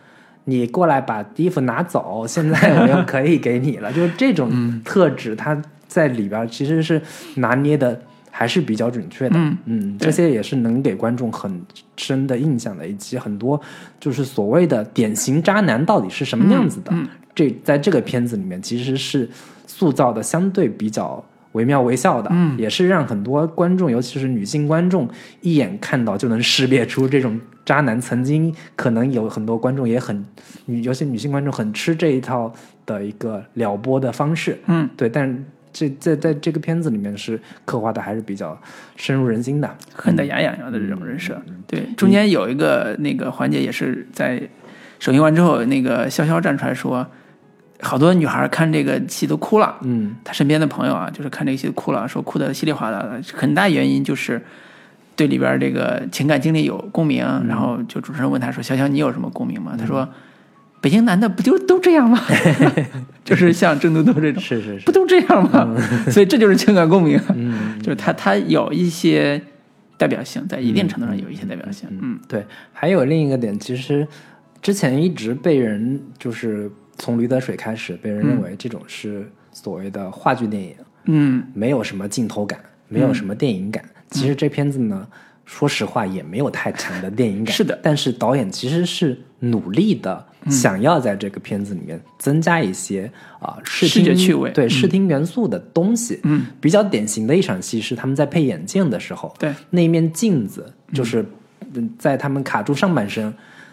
你过来把衣服拿走，现在我又可以给你了。 *laughs* 就是这种特质，他在里边其实是拿捏的还是比较准确的。
嗯
嗯，这些也是能给观众很深的印象的，以及很多就是所谓的典型渣男到底是什么样子的。这在这个片子里面其实是塑造的相对比较惟妙惟肖的，嗯，也是让很多观众，尤其是女性观众，一眼看到就能识别出这种渣男。曾经可能有很多观众也很女，尤其女性观众很吃这一套的一个撩拨的方式，
嗯，
对，但。这在在这个片子里面是刻画的还是比较深入人心的，
恨得牙痒痒的这种人设。对，中间有一个那个环节也是在首映完之后，那个潇潇站出来说，好多女孩看这个戏都哭了。
嗯，
他身边的朋友啊，就是看这个戏哭了，说哭得稀里哗啦的，很大原因就是对里边这个情感经历有共鸣。然后就主持人问他说：“潇潇，你有什么共鸣吗？”他说：“北京男的不就都这样吗？ *laughs* 就是像郑多多这种。”
是是
不，都这样吗？*laughs*
嗯
所以这就是情感共鸣， *laughs* 就是他他有一些代表性，在一定程度上有一些代表性，嗯，
对。还有另一个点，其实之前一直被人就是从《驴得水》开始，被人认为这种是所谓的话剧电影，
嗯
没有什么镜头感，没有什么电影感。其实这片子呢，说实话也没有太强的电影
*laughs*
感。
是的，嗯
但是导演其实是努力的，想要在这个片子里面增加一些啊、视
视
听
觉趣味嗯
对视听元素的东西。嗯，比较典型的一场戏是他们在配眼镜的时候，
对，
那一面镜子就是嗯在他们卡住上半身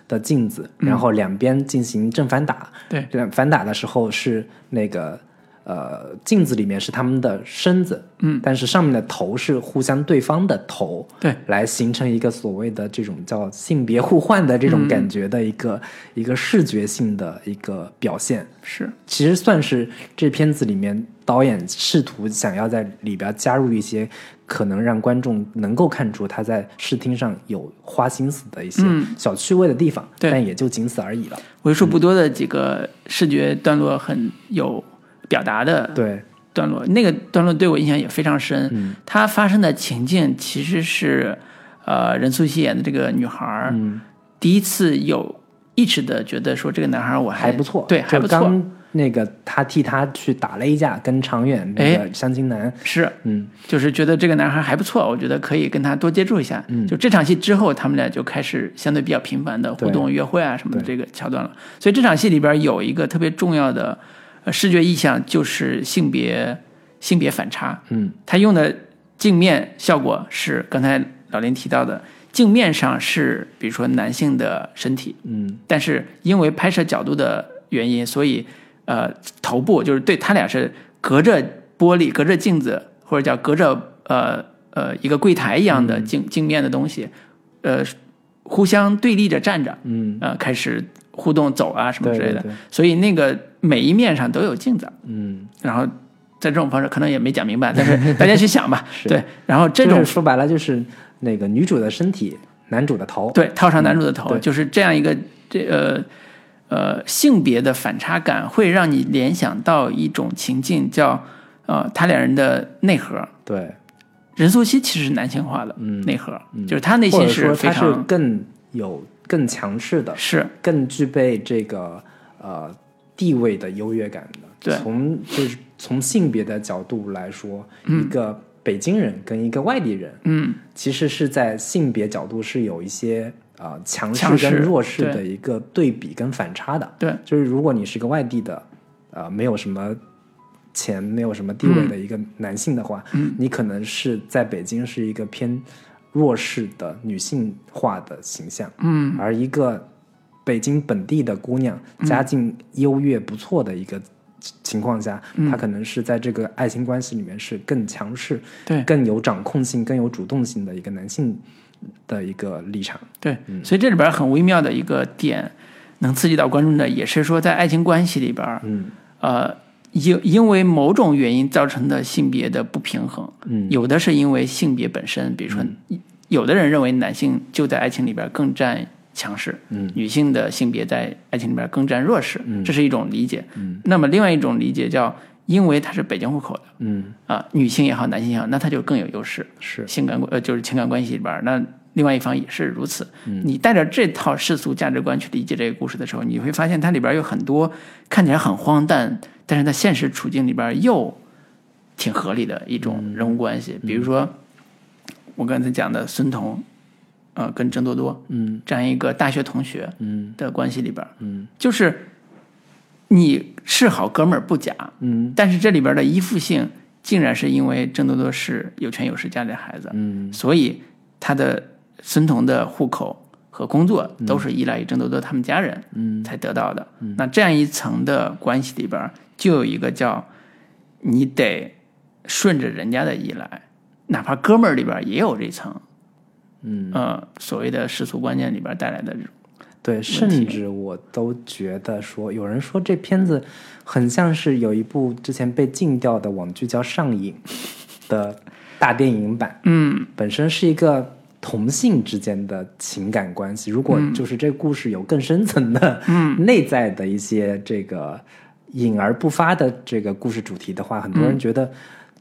的镜子，然后两边进行正反打。
对，
对，反打的时候是那个呃镜子里面是他们的身子，嗯，但是上面的头是互相对方的头，
对，
来形成一个所谓的这种叫性别互换的这种感觉的一个、一个视觉性的一个表现。
是，
其实算是这片子里面导演试图想要在里边加入一些可能让观众能够看出他在视听上有花心思的一些小趣味的地方，
嗯对
但也就仅此而已了。
为数不多的几个视觉段落很有表达的
对，
段落，那个段落对我印象也非常深。
嗯
它发生的情境其实是，呃，任素汐演的这个女孩
嗯
儿、第一次有意识的觉得说这个男孩儿我还
还不错，
对，
就
还不错，
刚那个他替他去打了一架，跟长远那个相亲男，
是，
嗯，
就是觉得这个男孩儿还不错，我觉得可以跟他多接触一下。就这场戏之后，他们俩就开始相对比较频繁的互动、约会啊什么的这个桥段了。所以这场戏里边有一个特别重要的、呃视觉意象，就是性别性别反差。
嗯，
他用的镜面效果是刚才老林提到的，镜面上是比如说男性的身体，
嗯，
但是因为拍摄角度的原因，所以呃头部就是对他俩是隔着玻璃、隔着镜子，或者叫隔着呃呃一个柜台一样的
嗯
镜、镜面的东西，呃互相对立着站着，
嗯，
呃开始互动走啊什么
对
之类
对
的，
对，
所以那个每一面上都有镜子，
嗯，
然后。在这种方式可能也没讲明白，但是大家去想吧。
*laughs* 是
对，然后这
就
种
是说白了就是那个女主的身体，男主的头，嗯
对，套上男主的头，
对
就是这样一个这呃呃性别的反差感，会让你联想到一种情境，叫呃他两人的内核。
对，
任素汐其实是男性化的内核，就是她内
嗯或
心
者说
非
他是
常
更有更强势的，
是
更具备这个呃地位的优越感的。
对
从就是从性别的角度来说，一个北京人跟一个外地人，
嗯，
其实是在性别角度是有一些呃强
强
势
势
跟弱势
对
的一个对比跟反差的。
对，
就是如果你是个外地的，呃，没有什么钱、没有什么地位的一个男性的话，你可能是在北京是一个偏弱势的女性化的形象，
嗯，
而一个北京本地的姑娘，家境优越不错的一个情况下，她可能是在这个爱情关系里面是更强势、
对
更有掌控性、更有主动性的一个男性的一个立场，
对，
嗯
所以这里边很微妙的一个点，能刺激到观众的，也是说在爱情关系里边，
嗯
呃，因因为某种原因造成的性别的不平衡，
嗯
有的是因为性别本身，比如说，有的人认为男性就在爱情里边更占强势，
嗯
女性的性别在爱情里边更占弱势，
嗯
这是一种理解。
嗯
那么另外一种理解叫，因为他是北京户口的
嗯，
啊、女性也好，男性也好，那他就更有优势。
是
性感呃就是情感关系里边儿，那另外一方也是如此。
嗯
你带着这套世俗价值观去理解这个故事的时候，你会发现它里边儿有很多看起来很荒诞，但是在现实处境里边儿又挺合理的一种
嗯
人物关系。比如说我刚才讲的孙彤，呃，跟郑多多，
嗯
这样一个大学同学
嗯
的关系里边儿，
嗯
就是你是好哥们儿不假，
嗯
但是这里边的依附性竟然是因为郑多多是有权有势家里的孩子，
嗯
所以他的孙彤的户口和工作都是依赖于郑多多他们家人
嗯
才得到的。那这样一层的关系里边，就有一个叫你得顺着人家的依赖，哪怕哥们儿里边也有这层，
嗯，
呃，所谓的世俗观念里边带来的这种，
对，甚至我都觉得说，有人说这片子很像是有一部之前被禁掉的网剧叫《上瘾》的大电影版，
嗯，
本身是一个同性之间的情感关系。如果就是这故事有更深层的、内在的一些这个隐而不发的这个故事主题的话，很多人觉得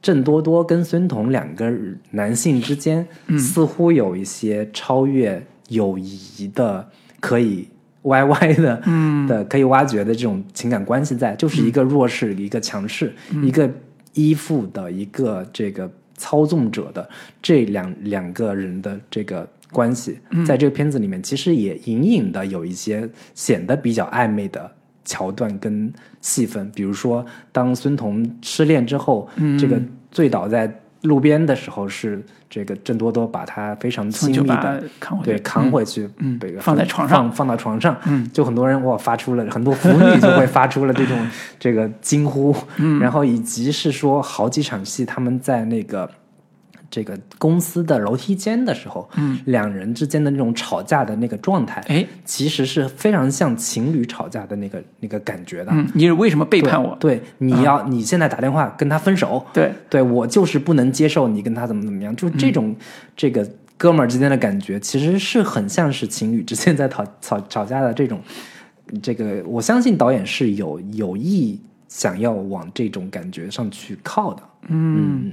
郑多多跟孙彤两个男性之间似乎有一些超越友谊的可以。歪歪的，嗯的可以挖掘的这种情感关系在，就是一个弱势，一个强势，一个依附的，一个这个操纵者的这两两个人的这个关系，在这个片子里面其实也隐隐的有一些显得比较暧昧的桥段跟戏份，比如说当孙彤失恋之后，这个醉倒在路边的时候，是这个郑多多把他非常
从
亲
酒
密
吧
的
扛回
对
去，
扛回去，
嗯
这个
放在床上
放放到床上，嗯，就很多人哇发出了很多腐女就会发出
*laughs*
了这种这个惊呼，嗯，然后以及是说好几场戏他们在那个。这个公司的楼梯间的时候，嗯，两人之间的那种吵架的那个状态，
哎，
其实是非常像情侣吵架的那个那个感觉的。
嗯，你是为什么背叛我？嗯
对，你要、你现在打电话跟他分手，
对，
对我就是不能接受你跟他怎么怎么样，就是这种、这个哥们儿之间的感觉，其实是很像是情侣之间在吵吵吵架的这种，这个我相信导演是有有意想要往这种感觉上去靠的，嗯，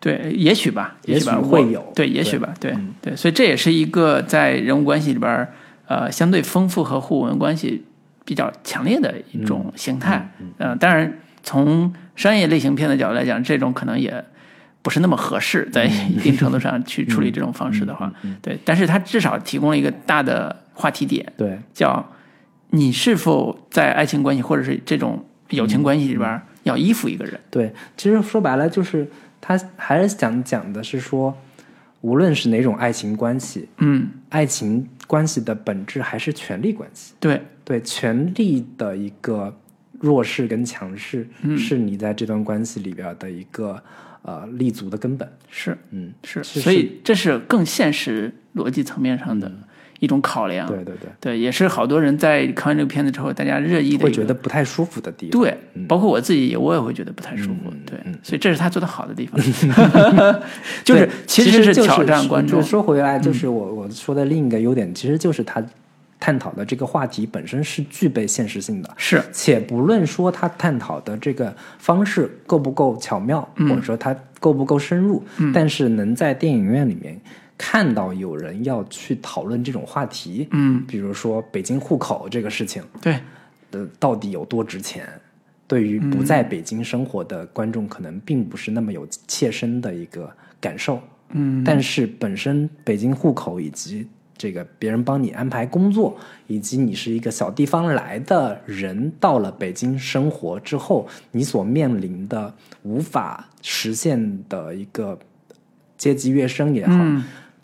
对，也许吧，
也
许吧
许
我
会有
对，也
对嗯
许吧，对对，所以这也是一个在人物关系里边儿呃相对丰富和互文关系比较强烈的一种形态。嗯，当然从商业类型片的角度来讲，这种可能也不是那么合适，
嗯
在一定程度上去处理这种方式的话，对，但是它至少提供了一个大的话题点，
对，
叫你是否在爱情关系或者是这种友
嗯
情关系里边儿要依附一个人。
对，其实说白了就是他还是想讲的是说，无论是哪种爱情关系，
嗯，
爱情关系的本质还是权力关系。
对，
对权力的一个弱势跟强势，
嗯
是你在这段关系里边的一个呃立足的根本。
是。
嗯，
是，
是
所以这是更现实逻辑层面上的一种考量。
嗯对对对，
对也是好多人在看完这个片子之后，大家热议的一个
会觉得嗯不太舒服的地方。
对，包括我自己，我也会觉得不太舒服。对，所以这是他做的好的地方， *laughs* 就是
嗯对
其
实
是
就
挑战观众嗯
就。说回来，就是我我说的另一个优点，其实就是他探讨的这个话题本身是具备现实性的。
是，
且不论说他探讨的这个方式够不够巧妙，或者说他够不够深入，但是能在电影院里面看到有人要去讨论这种话题，
嗯，
比如说北京户口这个事情，
对，
呃，到底有多值钱？对于不在北京生活的观众，可能并不是那么有切身的一个感受。嗯，但是本身北京户口以及这个别人帮你安排工作，以及你是一个小地方来的人，到了北京生活之后，你所面临的无法实现的一个阶级跃升也好，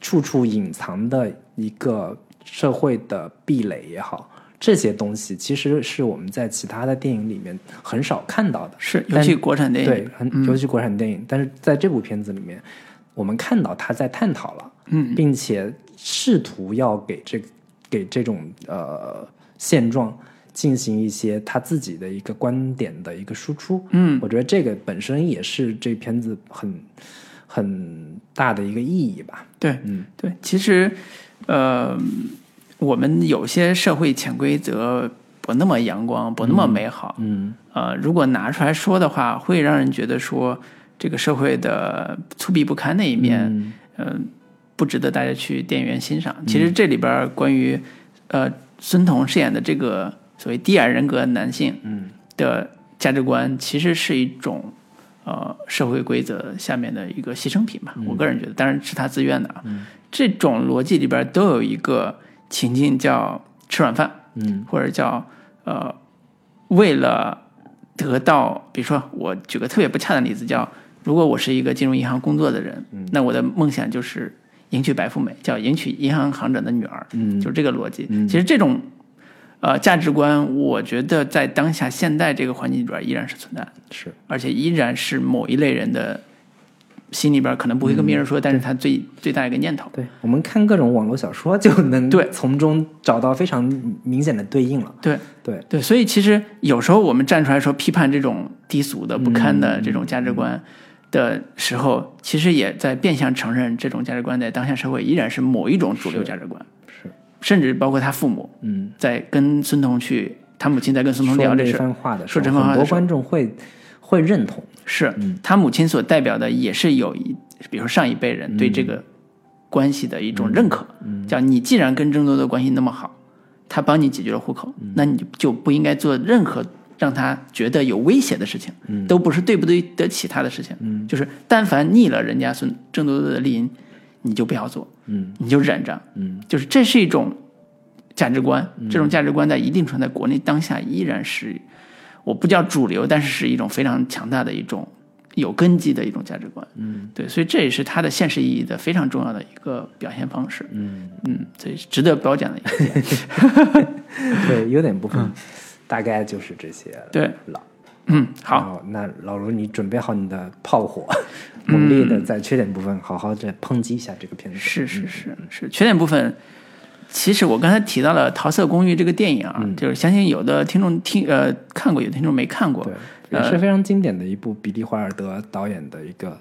处处隐藏的一个社会的壁垒也好，这些东西其实是我们在其他的电影里面很少看到的。
是，尤
但
其国产电影，
对，很尤其国产电影，但是在这部片子里面，我们看到他在探讨了，嗯，并且试图要给这给这种呃现状进行一些他自己的一个观点的一个输出，嗯，我觉得这个本身也是这片子很很大的一个意义吧，
对，嗯，对，其实，呃，我们有些社会潜规则不那么阳光，不那么美好，
嗯，
呃，如果拿出来说的话，会让人觉得说这个社会的粗鄙不堪那一面，嗯、不值得大家去电影院欣赏。其实这里边儿关于呃孙彤饰演的这个所谓低矮人格男性，嗯，的价值观其实是一种呃社会规则下面的一个牺牲品吧。我个人觉得，当然是他自愿的啊。这种逻辑里边都有一个情境叫吃软饭，
嗯，
或者叫呃为了得到，比如说我举个特别不恰当的例子，叫如果我是一个进入银行工作的人，那我的梦想就是迎娶白富美，叫迎娶银行行长的女儿，嗯，就是这个逻辑。其实这种呃价值观，我觉得在当下现代这个环境里边依然是存在的，
是。
而且依然是某一类人的。心里边可能不会跟别人说，但是他最最大一个念头，
对，我们看各种网络小说就能
对
从中找到非常明显的对应了。
对，
对，
对，所以其实有时候我们站出来说批判这种低俗的、不堪的这种价值观的时候，其实也在变相承认这种价值观在当下社会依然是某一种主流价值观，
是，
甚至包括他父母
嗯，
在跟孙彤去，他母亲在跟孙彤聊
说
这
这
事儿，
番话的时
说
候
这番话
很
的
多
时候
观众会会认同。
是他母亲所代表的也是有一，比如说上一辈人对这个关系的一种认可，叫你既然跟郑多多关系那么好，他帮你解决了户口，那你就不应该做任何让他觉得有威胁的事情，都不是对不对得起他的事情，就是但凡逆了人家孙郑多多的利益，你就不要做，
嗯
你就忍着，
嗯，
就是这是一种价值观，这种价值观在一定程度在国内当下依然是，我不叫主流，但是是一种非常强大的一种有根基的一种价值观，嗯，对，所以这也是它的现实意义的非常重要的一个表现方式，嗯嗯，所以是值得褒奖的一个点，
对，有点部分，大概就是这些了。
嗯对，嗯，好，
好，那老卢，你准备好你的炮火， *laughs* 猛烈的在缺点部分好好的抨击一下这个片子。
嗯是是是是，缺点部分。其实我刚才提到了《桃色公寓》这个电影啊，就是相信有的听众听呃看过，有的听众没看过。
对，也
呃
是非常经典的一部比利·怀尔德导演的一个，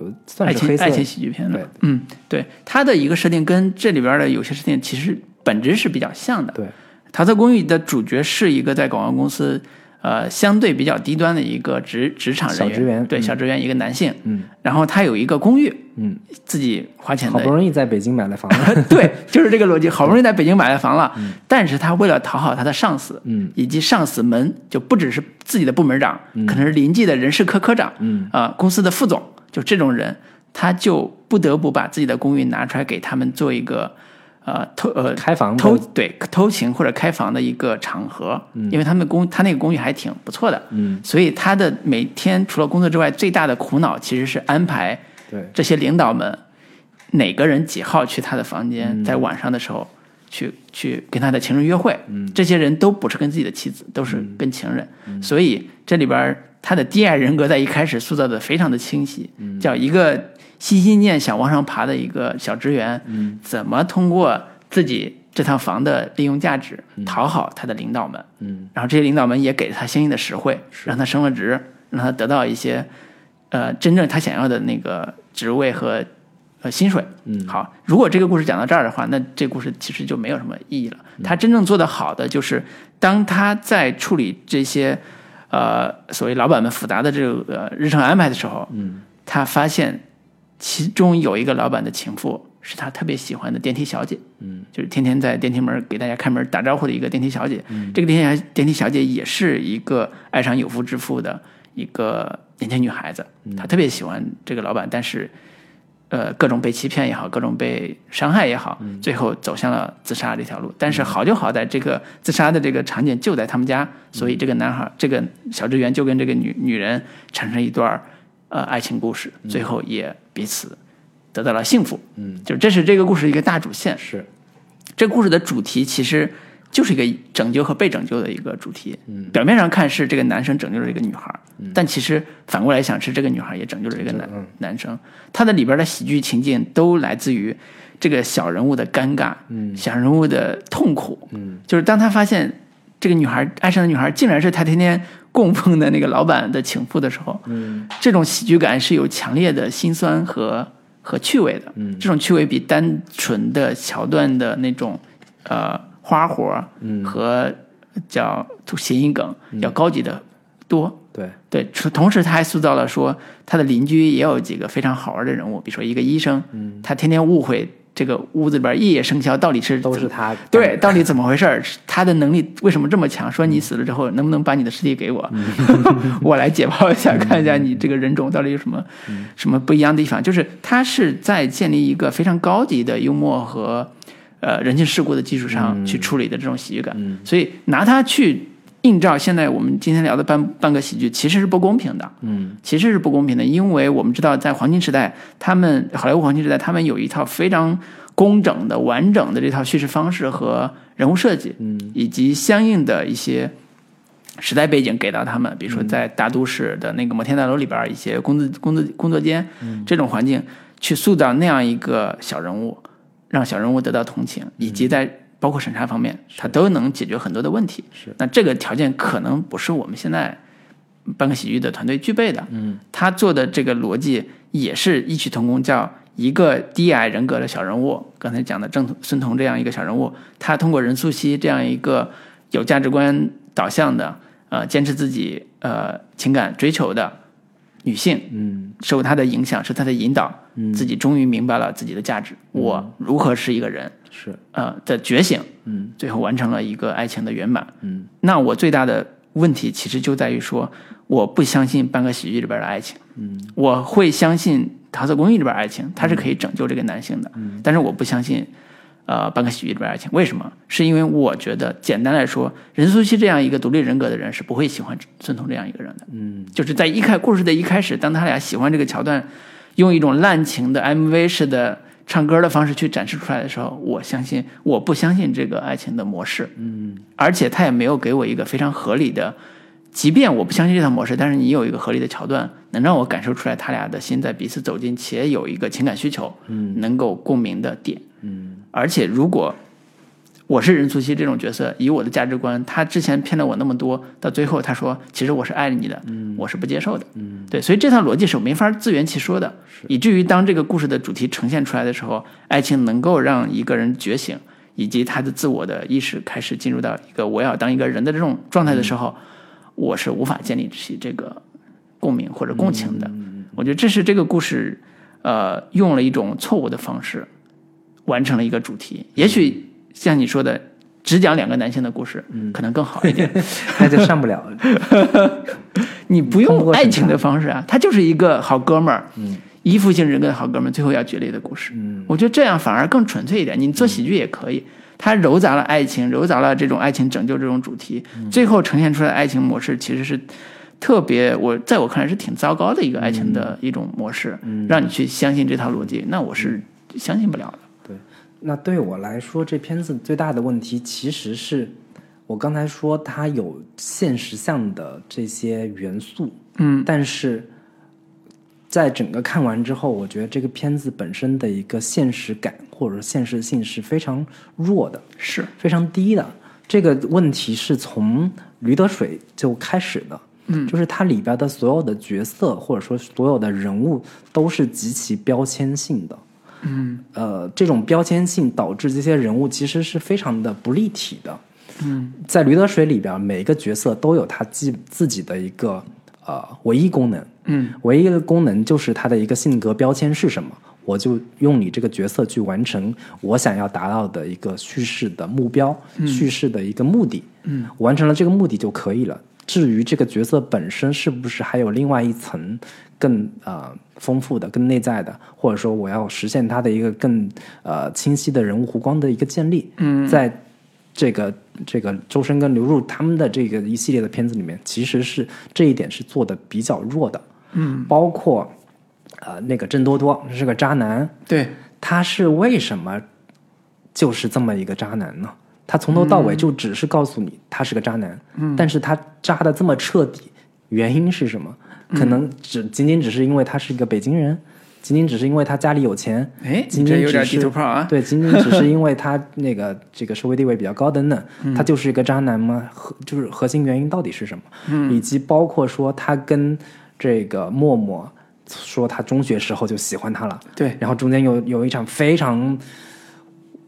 有算
爱
是
情
黑色
爱情喜剧片了。
对
嗯，对，它的一个设定跟这里边的有些设定其实本质是比较像的。
对，
《桃色公寓》的主角是一个在广告公司，呃，相对比较低端的一个职职场人员，
小职员
对小职员一个男性。
嗯，
然后他有一个公寓，
嗯，
自己花钱
好
的
不容易在北京买了房
*laughs*
子，
对，就是这个逻辑。好不容易在北京买了房了，但是他为了讨好他的上司，
嗯，
以及上司们，就不只是自己的部门长，可能是邻居的人事科科长，
嗯，
啊、公司的副总，就这种人，他就不得不把自己的公寓拿出来给他们做一个，呃，偷呃
开房
偷
子
对偷情或者开房的一个场合，因为他们公他那个公寓还挺不错的，
嗯，
所以他的每天除了工作之外，最大的苦恼其实是安排
对，
这些领导们哪个人几号去他的房间，在晚上的时候去去跟他的情人约会。嗯，这些人都不是跟自己的妻子，都是跟情人，所以这里边儿他的低矮人格在一开始塑造的非常的清晰，叫一个心心念想往上爬的一个小职员，怎么通过自己。这套房的利用价值，讨好他的领导们，
嗯，
然后这些领导们也给了他相应的实惠，让他升了职，让他得到一些呃真正他想要的那个职位和呃薪水。嗯，好，如果这个故事讲到这儿的话，那这故事其实就没有什么意义了。他真正做得好的就是，当他在处理这些呃所谓老板们复杂的这个、呃、日程安排的时候，嗯，他发现其中有一个老板的情妇是他特别喜欢的电梯小姐，嗯，就是天天在电梯门给大家开门打招呼的一个电梯小姐。这个电梯电梯小姐也是一个爱上有夫之妇的一个年轻女孩子，她特别喜欢这个老板，但是呃各种被欺骗也好，各种被伤害也好，最后走向了自杀这条路。但是好就好在这个自杀的这个场景就在他们家，所以这个男孩这个小职员就跟这个女女人产生一段儿呃爱情故事，最后也彼此得到了幸福。
嗯，
就这是这个故事的一个大主线。
是，
这故事的主题其实就是一个拯救和被拯救的一个主题。嗯，表面上看是这个男生拯救了这个女孩，但其实反过来想是这个女孩也拯救了这嗯个男、男生。他的里边的喜剧情境都来自于这个小人物的尴尬，嗯，小人物的痛苦，嗯，就是当他发现这个女孩爱上的女孩竟然是他天天供奉的那个老板的情妇的时候，嗯，这种喜剧感是有强烈的心酸和和趣味的，嗯，这种趣味比单纯的桥段的那种呃花活，嗯，和叫谐音梗要高级的多，
对，
对，除同时他还塑造了说他的邻居也有几个非常好玩的人物，比如说一个医生，嗯，他天天误会这个屋子里边夜夜笙箫到底是
都
怎
是
么
他干的，
*laughs* 对，到底怎么回事儿？他的能力为什么这么强？说你死了之后，能不能把你的尸体给我， *laughs* 我来解剖一下，看一下你这个人种到底有什么、什么不一样的地方？就是他是在建立一个非常高级的幽默和呃人情世故的基础上去处理的这种喜剧感，所以拿它去映照现在我们今天聊的半半个喜剧，其实是不公平的。
嗯，
其实是不公平的，因为我们知道，在黄金时代，他们好莱坞黄金时代，他们有一套非常工整的、完整的这套叙事方式和人物设计，嗯，以及相应的一些时代背景给到他们，比如
嗯
说在大都市的那个摩天大楼里边儿一些工作工作工作间、
嗯
这种环境，去塑造那样一个小人物，让小人物得到同情，
嗯
以及在包括审查方面，他都能解决很多的问题。
是，
那这个条件可能不是我们现在半个喜剧的团队具备的。嗯，他做的这个逻辑也是异曲同工，叫一个低矮人格的小人物，刚才讲的郑孙彤这样一个小人物，他通过任素汐这样一个有价值观导向的，呃，坚持自己呃情感追求的女性，
嗯，
受他的影响，受他的引导，自己终于明白了自己的价值，我如何是一个人，
是，
呃的觉醒，
嗯
最后完成了一个爱情的圆满。
嗯
那我最大的问题其实就在于说，我不相信半个喜剧里边的爱情，
嗯
我会相信《桃色公寓》里边的爱情，它是可以拯救这个男性的，
嗯
但是我不相信。呃，半个喜剧里边的爱情，为什么？是因为我觉得，简单来说，任素汐这样一个独立人格的人是不会喜欢孙彤这样一个人的。
嗯
就是在一开故事的一开始，当他俩喜欢这个桥段，用一种滥情的 MV 式的唱歌的方式去展示出来的时候，我相信我不相信这个爱情的模式，
嗯
而且他也没有给我一个非常合理的，即便我不相信这套模式，但是你有一个合理的桥段，能让我感受出来他俩的心在彼此走近，且有一个情感需求，
嗯，
能够共鸣的点。
嗯
而且如果我是任素汐这种角色，以我的价值观，她之前骗了我那么多，到最后她说其实我是爱你的，我是不接受的，
嗯
对，所以这套逻辑是没法自圆其说的，以至于当这个故事的主题呈现出来的时候，爱情能够让一个人觉醒，以及他的自我的意识开始进入到一个我要当一个人的这种状态的时候，我是无法建立起这个共鸣或者共情的。我觉得这是这个故事，呃，用了一种错误的方式完成了一个主题。也许像你说的，只讲两个男性的故事，可能更好一点。
那就上不了。
你不
通
用
过
爱
审
情的方式啊，他就是一个好哥们儿，
嗯
依附性人格的好哥们儿，最后要决裂的故事。
嗯
我觉得这样反而更纯粹一点。你做喜剧也可以，它揉杂了爱情，揉杂了这种爱情拯救这种主题，
嗯
最后呈现出来的爱情模式其实是特别，我在我看来是挺糟糕的一个爱情的一种模式，
嗯
让你去相信这套逻辑，那我是相信不了的。
那对我来说，这片子最大的问题其实是我刚才说它有现实向的这些元素，
嗯，
但是在整个看完之后，我觉得这个片子本身的一个现实感或者说现实性是非常弱的。
是，
非常低的。这个问题是从《驴得水》就开始的，嗯，就是它里边的所有的角色或者说所有的人物都是极其标签性的，
嗯
呃，这种标签性导致这些人物其实是非常的不立体的。
嗯，
在《驴得水》里边，每一个角色都有他自自己的一个呃唯一功能，
嗯
唯一的功能就是他的一个性格标签是什么，我就用你这个角色去完成我想要达到的一个叙事的目标、叙事的一个目的。
嗯，
完成了这个目的就可以了。至于这个角色本身是不是还有另外一层更呃丰富的、更内在的，或者说我要实现他的一个更呃清晰的人物弧光的一个建立，嗯，在这个这个周深跟刘入他们的这个一系列的片子里面，其实是这一点是做的比较弱的，
嗯，
包括呃那个郑多多是个渣男，
对，
他是为什么就是这么一个渣男呢？他从头到尾就只是告诉你他是个渣男，但是他渣的这么彻底，原因是什么？可能只仅仅只是因为他是一个北京人，仅仅只是因为他家里有钱，
哎，
仅
你这
仅
有点地
只是
图炮啊。
对，仅仅只是因为他那个这个社会地位比较高等等，他就是一个渣男吗？核就是核心原因到底是什么？以及包括说他跟这个默默说他中学时候就喜欢他了，
对，
然后中间有有一场非常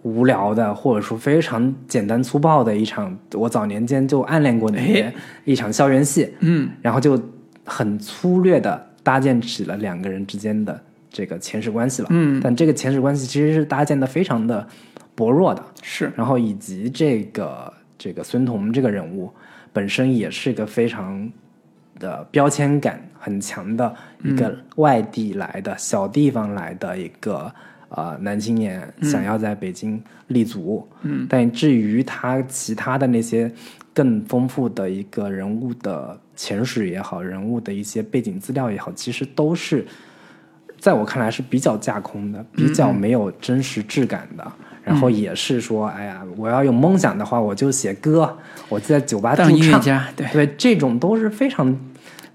无聊的，或者说非常简单粗暴的一场，我早年间就暗恋过你的一场校园戏，
哎嗯，
然后就很粗略的搭建起了两个人之间的这个前世关系了，
嗯，
但这个前世关系其实是搭建的非常的薄弱的，
是，
然后以及这个这个孙彤这个人物本身也是个非常的标签感很强的一个外地来的、小地方来的一个呃男青年，想要在北京立足。嗯，但至于他其他的那些更丰富的一个人物的前史也好，人物的一些背景资料也好，其实都是在我看来是比较架空的，比较没有真实质感的。然后也是说，哎呀，我要有梦想的话，我就写歌，我在酒吧驻
当音乐
唱，
家，对，
对这种都是非常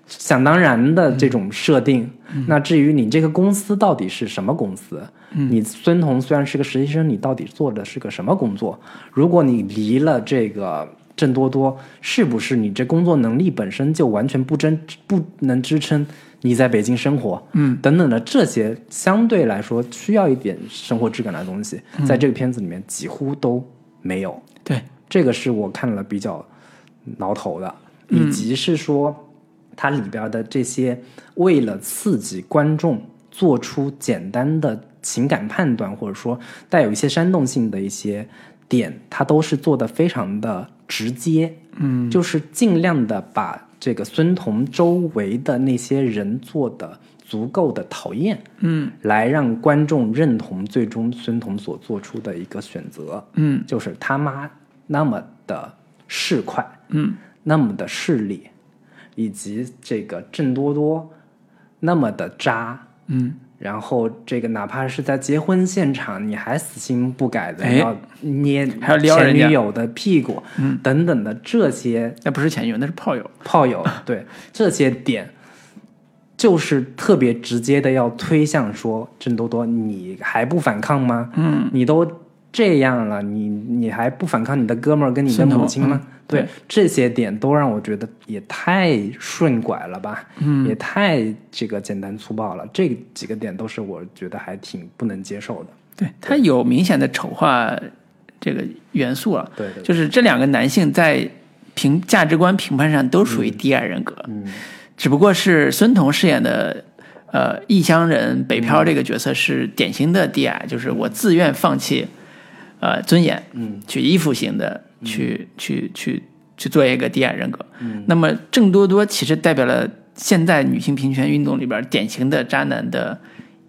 想当然的这
嗯
种设定。那至于你这个公司到底是什么公司，
嗯
你孙彤虽然是个实习生，你到底做的是个什么工作？如果你离了这个郑多多，是不是你这工作能力本身就完全不真不能支撑你在北京生活？
嗯，
等等的这些相对来说需要一点生活质感的东西，
嗯
在这个片子里面几乎都没有。
对，
这个是我看了比较挠头的，以及是说它里边的这些为了刺激观众做出简单的情感判断，或者说带有一些煽动性的一些点，他都是做的非常的直接，嗯，就是尽量的把这个孙彤周围的那些人做的足够的讨厌，
嗯，
来让观众认同最终孙彤所做出的一个选择，
嗯，
就是他妈那么的市侩，
嗯，
那么的势利，以及这个郑多多那么的渣，
嗯，
然后这个哪怕是在结婚现场，你还死性不改的
哎
要捏
还要撩
前
人家嗯
女友的屁股，等等的这些
那不是前女友，那是炮友。
炮友，对这些点，就是特别直接的要推向说郑多多，你还不反抗吗？
嗯，
你都这样了，你你还不反抗你的哥们儿跟你的
孙彤
母亲吗？嗯对
对
这些点都让我觉得也太顺拐了吧，嗯，也太这个简单粗暴了。这几个点都是我觉得还挺不能接受的。
对，它有明显的丑化这个元素了。
对对
就是这两个男性在评价值观评判上都属于低矮人格，
嗯
只不过是孙彤饰演的呃异乡人北漂这个角色是典型的低矮，就是我自愿放弃呃尊严，
嗯，
去依附型的去、去去去做一个低矮人格。
嗯
那么郑多多其实代表了现代女性平权运动里边典型的渣男的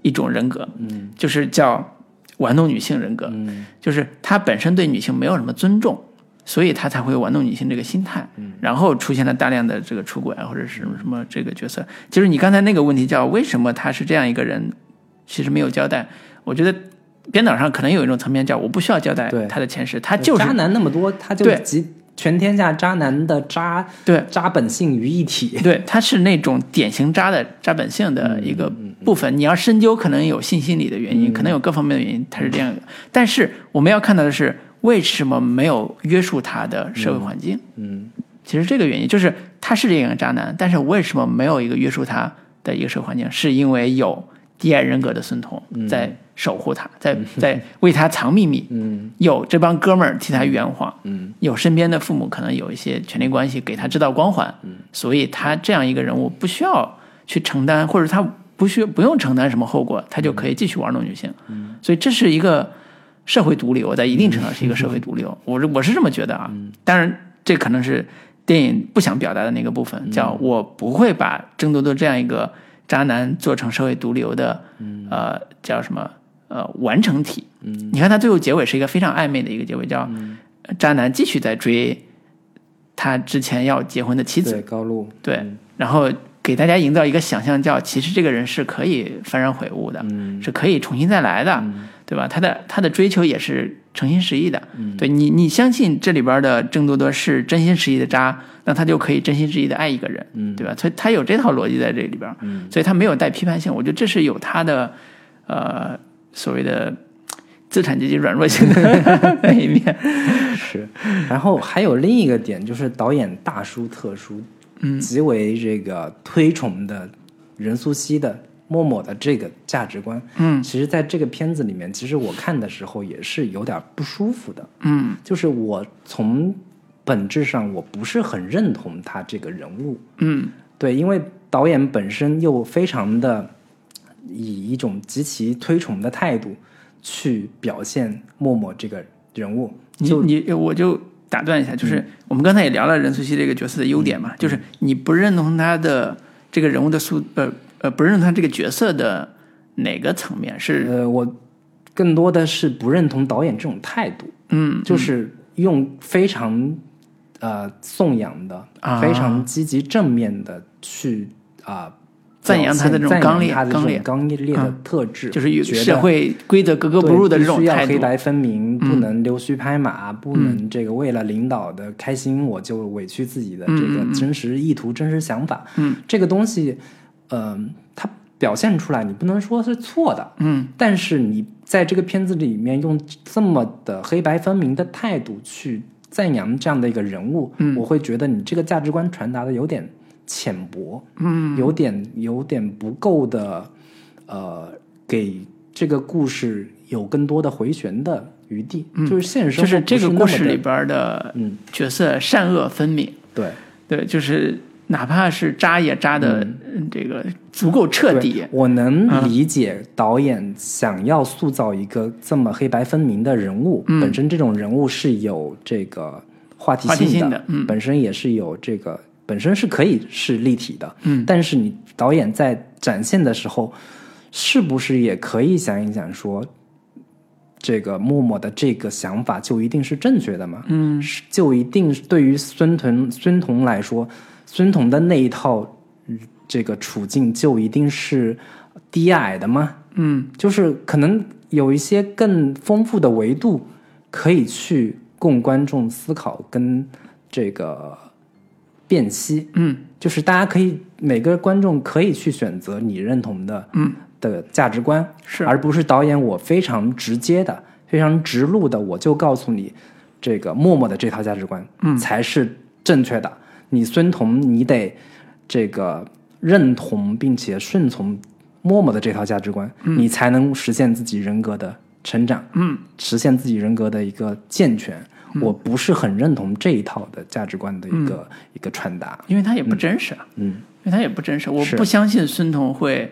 一种人格，
嗯
就是叫玩弄女性人格，
嗯
就是他本身对女性没有什么尊重，所以他才会玩弄女性这个心态，
嗯
然后出现了大量的这个出轨啊，或者是什么什么这个角色。就是你刚才那个问题叫为什么他是这样一个人，其实没有交代。我觉得编导上可能有一种层面叫我不需要交代
对呃
他的前世，他就是
渣男那么多，他就
对
集全天下渣男的渣
对
渣本性于一体。嗯
对，他是那种典型渣的渣本性的一个部分。你要深究，可能有性心理的原因，可
嗯
能有各方面的原因，他是这样的。但是我们要看到的是，为什么没有约束他的社会环境？
嗯
其实这个原因就是他是这样一个渣男，但是为什么没有一个约束他的一个社会环境？是因为有低矮人格的孙彤在守护他，
*laughs*
在在为他藏秘密，
嗯
有这帮哥们儿替他圆谎，
嗯
有身边的父母可能有一些权力关系给他制造光环，所以他这样一个人物不需要去承担，或者他不需不用承担什么后果，他就可以继续玩弄女性，所以这是一个社会毒瘤，在一定程度上是一个社会毒瘤，我是我是这么觉得啊，当然这可能是电影不想表达的那个部分，叫我不会把郑多多这样一个渣男做成社会毒瘤的，呃，叫什么呃完成体，你看他最后结尾是一个非常暧昧的一个结尾，叫。渣男继续在追他之前要结婚的妻子，
对，高露，
对，然后给大家营造一个想象，叫其实这个人是可以幡然悔悟的，
嗯
是可以重新再来的，对吧？他的他的追求也是诚心实意的，
嗯
对你你相信这里边的郑多多是真心实意的渣，那他就可以真心实意的爱一个人，
嗯
对吧？所以他有这套逻辑在这里边，所以他没有带批判性，我觉得这是有他的呃所谓的。资产阶级软弱性的 *laughs* 那一面，
是。然后还有另一个点就是导演大书特书，嗯，极为这个推崇的任素汐的默默的这个价值观，
嗯
其实在这个片子里面，其实我看的时候也是有点不舒服的，
嗯，
就是我从本质上我不是很认同他这个人物，
嗯
对，因为导演本身又非常的以一种极其推崇的态度去表现默默这个人物，，
你你我就打断一下，
嗯
就是我们刚才也聊了任素汐这个角色的优点嘛，就是你不认同她的这个人物的塑呃呃不认同她这个角色的哪个层面是
呃，我更多的是不认同导演这种态度，
嗯
就是用非常呃颂扬的、
啊
非常积极正面的去啊、
赞扬他的这种
表现
刚烈
赞扬他的这
刚
种
烈
刚烈的
嗯
特质，
就是与
觉得
社会规则格格不
对
入的
必
这种
须要
态
黑
度，嗯
白分明，不能溜须拍马，不能这个为了领导的开心我就委屈自己的这个真实意图、真实想法。
嗯，
这个东西，嗯、它表现出来，你不能说是错的，
嗯
但是你在这个片子里面用这么的黑白分明的态度去赞扬这样的一个人物，
嗯
我会觉得你这个价值观传达的有点浅薄，
嗯，
有点有点不够的，呃，给这个故事有更多的回旋的余地，就是现
嗯
实
就
生活
是这个
不
故
是
事
那么
里
的，
边的
嗯，
角色善恶分明，
对，
对，就是哪怕是扎也扎的这个足够彻底
嗯对，我能理解导演想要塑造一个这么黑白分明的人物，
嗯
本身这种人物是有这个话题
话题
性
性的嗯
本身也是有这个，本身是可以是立体的，嗯，但是你导演在展现的时候，是不是也可以想一想说？这个默默的这个想法就一定是正确的吗？嗯，就一定对于孙彤孙彤来说，孙彤的那一套嗯这个处境就一定是低矮的吗？
嗯，
就是可能有一些更丰富的维度可以去供观众思考跟这个辨析。
嗯，
就是大家可以每个观众可以去选择你认同的，嗯，的价值观，
是
而不是导演我非常直接的、非常直路的，我就告诉你这个默默的这套价值观，嗯，才是正确的。你孙彤，你得这个认同并且顺从默默的这套价值观，你才能实现自己人格的成长，
嗯，
实现自己人格的一个健全。我不是很认同这一套的价值观的一个、一个传达，
因为它也不真实啊，
嗯，
因为它也不真实，我
是
不相信孙彤会，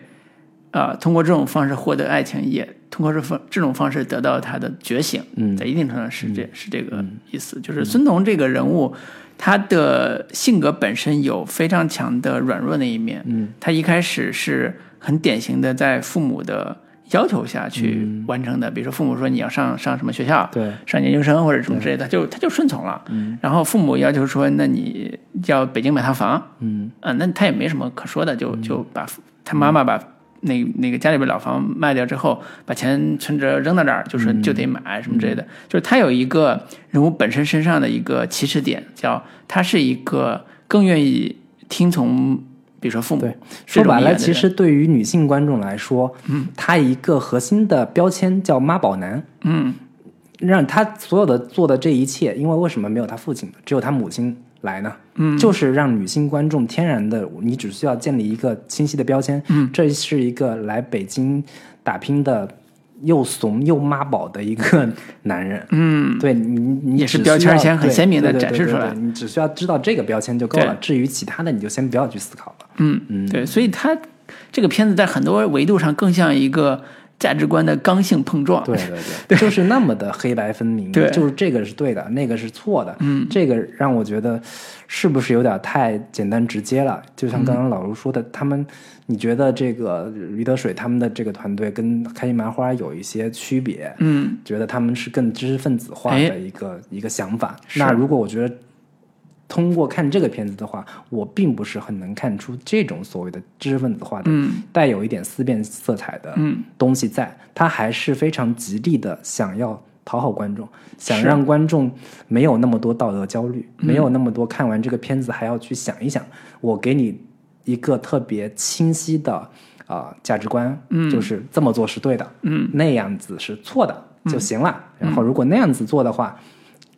呃，通过这种方式获得爱情，也通过这方这种方式得到他的觉醒，
嗯
在一定程度上是这、是这个意思，就是孙彤这个人物。他的性格本身有非常强的软弱那一面，嗯，他一开始是很典型的在父母的要求下去
嗯
完成的，比如说父母说你要上上什么学校，
对，
上研究生或者什么之类的，他
嗯
就他就顺从了。然后父母要求说，那你要北京买套房，
嗯，
啊，那他也没什么可说的，就就把父他妈妈把那那个家里边老房卖掉之后，把钱存折扔到这儿，就
嗯
说就得买什么之类的。就是他有一个人物本身身上的一个起始点，叫他是一个更愿意听从，比如说父母
对，说白
这种
了，
意见的人
其实对于女性观众来说，嗯，她一个核心的标签叫妈宝男，
嗯
让她所有的做的这一切，因为为什么没有她父亲呢？只有她母亲来呢？嗯，就是让女性观众天然的，你只需要建立一个清晰的标签，嗯，这是一个来北京打拼的。又怂又妈宝的一
*laughs*
个男人，嗯，对你，你
也是
只需要
标签先很
对
鲜明地
对对
展
对
示
对
出来
对你只需要知道这个标签就够
对
了。至于其他的，你就先不要去思考了。
嗯，对，所以他这个片子在很多维度上更像一个价值观的刚性碰撞。
对
*laughs*
对对，就是那么的黑白分明，
对
就是这个是对的，那个是错的，嗯，这个让我觉得是不是有点太简单直接了？就像刚
嗯
刚老卢说的，他们，你觉得这个驴得水他们的这个团队跟开心麻花有一些区别，
嗯，
觉得他们是更知识分子化
哎
的一个、一个想法。
是
那如果我觉得通过看这个片子的话，我并不是很能看出这种所谓的知识分子化的、带有一点思辨色彩的东西在，他还是非常极力的想要。讨好观众，想让观众没有那么多道德焦虑，没有那么多看完这个片子还要去想一想，我给你一个特别清晰的啊、呃价值观，嗯，就是这么做是对的，嗯，那样子是错的就行了。然后如果那样子做的话，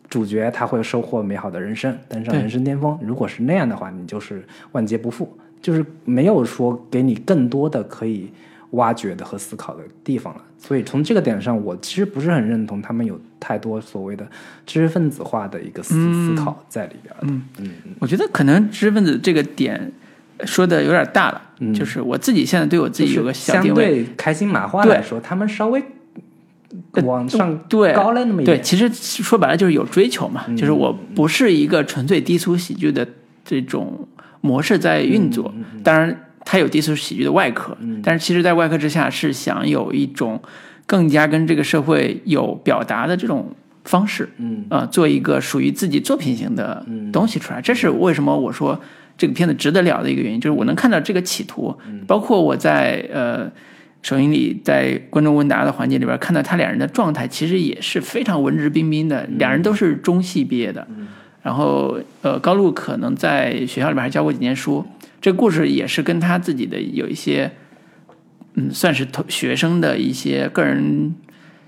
主角他会收获美好的人生，登上
对
人生巅峰。如果是那样的话，你就是万劫不复，就是没有说给你更多的可以挖掘的和思考的地方了。所以从这个点上，我其实不是很认同他们有太多所谓的知识分子化的一个思、思
嗯
考在里边的。
我觉得可能知识分子这个点呃说的有点大了，就是我自己现在对我自己有个小
嗯就是
定
相
位。
对开心麻花来说，他们稍微往上
对
高了那么一
对，
点。嗯
其实说白了就是有追求嘛，就是我不是一个纯粹低俗喜剧的这种模式在运作，
嗯
当然它有低俗喜剧的外壳，但是其实在外壳之下是想有一种更加跟这个社会有表达的这种方式，
嗯，
啊，做一个属于自己作品型的东西出来。这是为什么我说这个片子值得聊的一个原因，就是我能看到这个企图，包括我在呃首映礼在观众问答的环节里边看到他俩人的状态，其实也是非常文质彬彬的，俩人都是中戏毕业的。然后，呃，高露可能在学校里边还教过几年书。这故事也是跟他自己的有一些，嗯，算是同学生的一些个人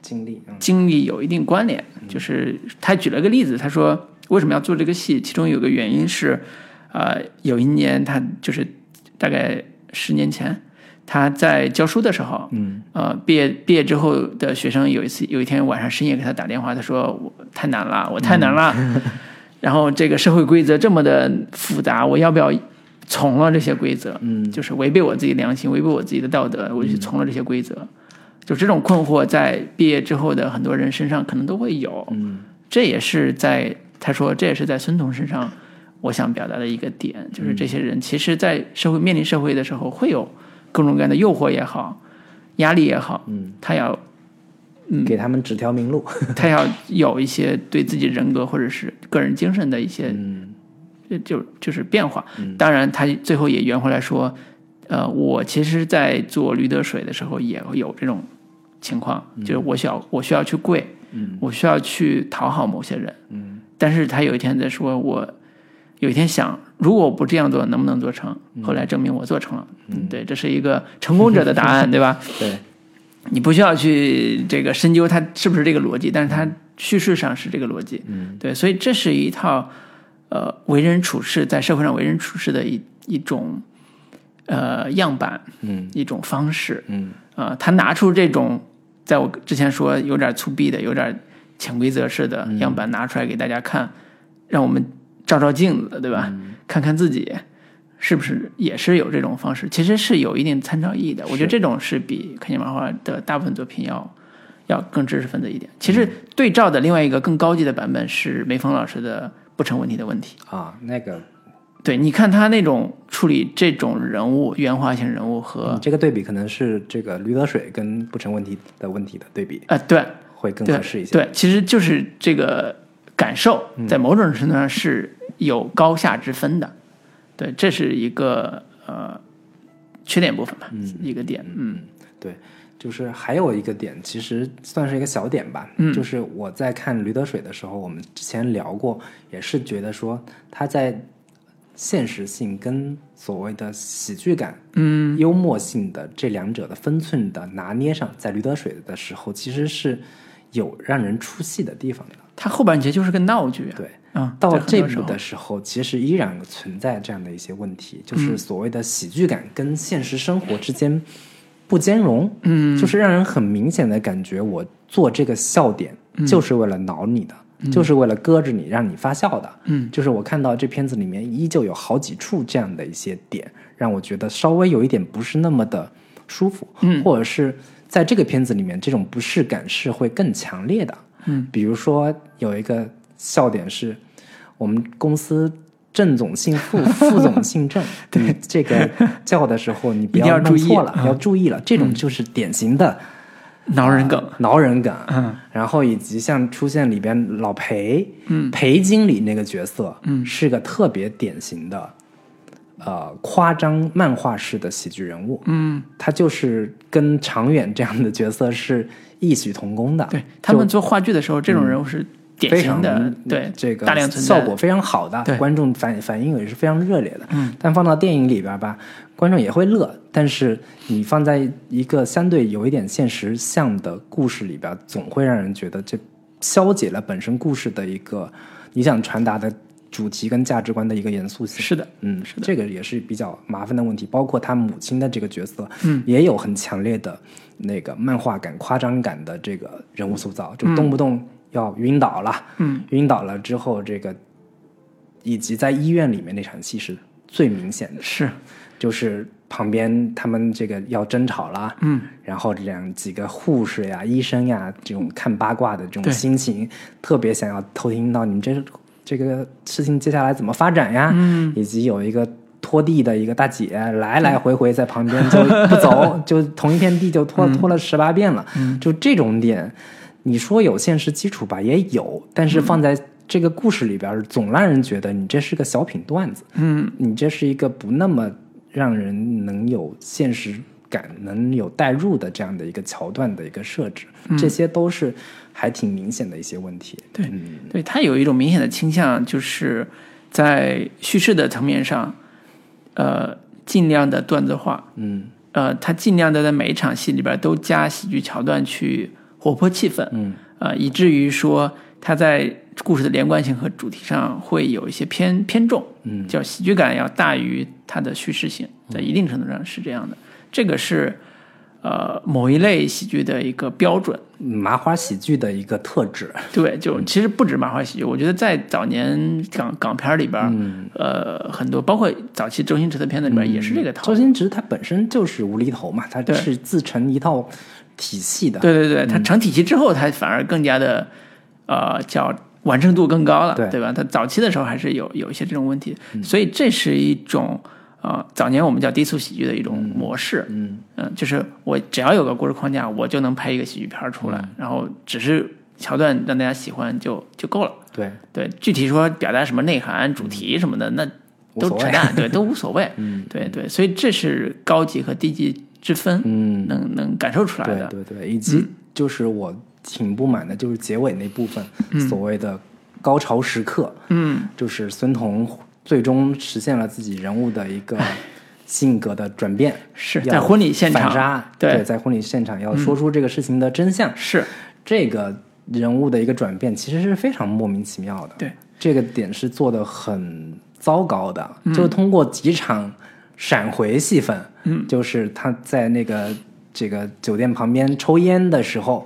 经历，嗯
经历有一定关联。就是他举了个例子，他说为什么要做这个戏，其中有个原因是，呃，有一年他就是大概十年前，他在教书的时候，嗯，呃，毕业毕业之后的学生有一次有一天晚上深夜给他打电话，他说我太难 *laughs* 了，我太难了，然后这个社会规则这么的复杂，我要不要？从了这些规则，
嗯
就是违背我自己良心，违背我自己的道德，我就去从了这些规则。就这种困惑，在毕业之后的很多人身上可能都会有。
嗯
这也是在他说，这也是在孙彤身上，我想表达的一个点，就是
嗯
这些人其实，在社会面临社会的时候，会有各种各样的诱惑也好，压力也好，
嗯，
他要嗯
给他们指条明路。
他要有一些对自己人格或者是个人精神的一些
嗯
就就就是变化。当然，他最后也圆回来说，呃，我其实，在做驴得水的时候也有这种情况，就是我需要我需要去跪，
嗯
我需要去讨好某些人。
嗯
但是他有一天在说，我有一天想，如果我不这样做，能不能做成？
嗯
后来证明我做成了。嗯，对，这是一个成功者的答案，对吧？
对，
你不需要去这个深究它是不是这个逻辑，但是它叙事上是这个逻辑，
嗯，
对，所以这是一套呃为人处事在社会上为人处事的一一种呃样板，
嗯
一种方式
嗯
啊、他拿出这种在我之前说有点粗鄙的、有点潜规则式的样板拿出来给大家看，让我们照照镜子，对吧？看看自己是不是也是有这种方式，其实是有一定参照意义的。我觉得这种是比看见漫画的大部分作品要要更知识分子一点。其实对照的另外一个更高级的版本是梅峰老师的《不成问题的问题》。
啊，那个
对，你看他那种处理这种人物原画型人物和
你这个对比可能是这个驴得水跟不成问题的问题的对比
啊、对，
会更
对
合适一些。嗯
对，其实就是这个感受，在某种程度上是有高下之分的。对，这是一个呃缺点部分吧，一个点。嗯
对，就是还有一个点，其实算是一个小点吧。
嗯
就是我在看驴得水的时候，我们之前聊过，也是觉得说他在现实性跟所谓的喜剧感、嗯、幽默性的这两者的分寸的拿捏上，在驴得水的时候，其实是有让人出戏的地方的。
它后半截就是个闹剧啊。
对，
啊，
到
在很
这
多时
步
候
的时候，其实依然存在这样的一些问题，就是所谓的喜剧感跟现实生活之间不兼容，嗯，就是让人很明显的感觉，我做这个笑点就是为了挠你的，就是为了搁着你，让你发笑的，嗯，就是我看到这片子里面依旧有好几处这样的一些点，让我觉得稍微有一点不是那么的舒服，嗯，或者是在这个片子里面，这种不适感是会更强烈的，嗯，比如说有一个笑点是。我们公司正总
*laughs*
姓副，副总姓郑。对，这个叫的时候你不
一定要注
弄
意啊嗯
错了，要注意了。这种就是典型的
挠人梗。
挠人梗。嗯，然后以及像出现里边老裴，嗯，裴经理那个角色，嗯，是个特别典型的。呃，夸张漫画式的喜剧人物，嗯，他就是跟常远这样的角色是异曲同工的，
对他们做话剧的时候，这种人物是典
嗯非
型
常嗯
的，对
这个
大量存在
效
的
果非常好
对
的，观众反反应也是非常热烈的。嗯，但放到电影里边吧，观众也会乐，但是你放在一个相对有一点现实像的故事里边，总会让人觉得这消解了本身故事的一个你想传达的主题跟价值观的一个严肃性。
是的，
嗯，
是的
这个也是比较麻烦的问题。包括他母亲的这个角色，嗯，也有很强烈的那个漫画感、夸张感的这个人物塑造，就动不动要晕倒了，嗯，晕倒了之后，这个以及在医院里面那场戏是最明显的，
是
就是旁边他们这个要争吵啦，嗯，然后两几个护士呀、医生呀这种看八卦的这
对
种心情，特别想要偷听到你们这这个事情接下来怎么发展呀，嗯，以及有一个。拖地的一个大姐来来回回在旁边就不走， *laughs* 就同一片地就拖拖了十八遍了，就这种点，你说有现实基础吧，也有，但是放在这个故事里边儿，总让人觉得你这是个小品段子，嗯，你这是一个不那么让人能有现实感、能有代入的这样的一个桥段的一个设置，
嗯
这些都是还挺明显的一些问题。
对，对，它有一种明显的倾向，就是在叙事的层面上，呃，尽量的段子化，
嗯
呃，他尽量的在每一场戏里边都加喜剧桥段去活泼气氛，
嗯，
呃，以至于说他在故事的连贯性和主题上会有一些偏偏重，
嗯，
叫喜剧感要大于它的叙事性，在一定程度上是这样的。这个是呃某一类喜剧的一个标准。
麻花喜剧的一个特质，
对，就其实不止麻花喜剧，我觉得在早年港港片里边儿，呃，很多包括早期周星驰的片子里边儿也是这个套
周
路。
星驰他本身就是无厘头嘛，他
对
是自成一套体系的。
对对对，它成体系之后，它反而更加的呃叫完成度更高了，
对
对嗯吧？它早期的时候还是有有一些这种问题，所以这是一种呃早年我们叫低俗喜剧的一种模式。
嗯
嗯，就是我只要有个故事框架，我就能拍一个喜剧片儿出来，然后只是桥段让大家喜欢就就够了。
对，
对，具体说表达什么内涵、主题什么的，那
嗯无
都
所
扯
谓 *laughs* 嗯
淡，对，都无所谓。对对，所以这是高级和低级之分，
嗯，
能能感受出来的。嗯
对对对，以及就是我挺不满的，就是结尾那部分、所谓的高潮时刻，
嗯，
就是孙彤最终实现了自己人物的一
*laughs*
个性格的转变，
是
要
在婚礼现
反
场，
杀，
对嗯
在婚礼现场要说出这个事情的真相，
是
这个人物的一个转变其实是非常莫名其妙的。
对，
这个点是做的很糟糕的，就是通过几场闪回戏份，嗯，就是他在那个这个酒店旁边抽烟的时候。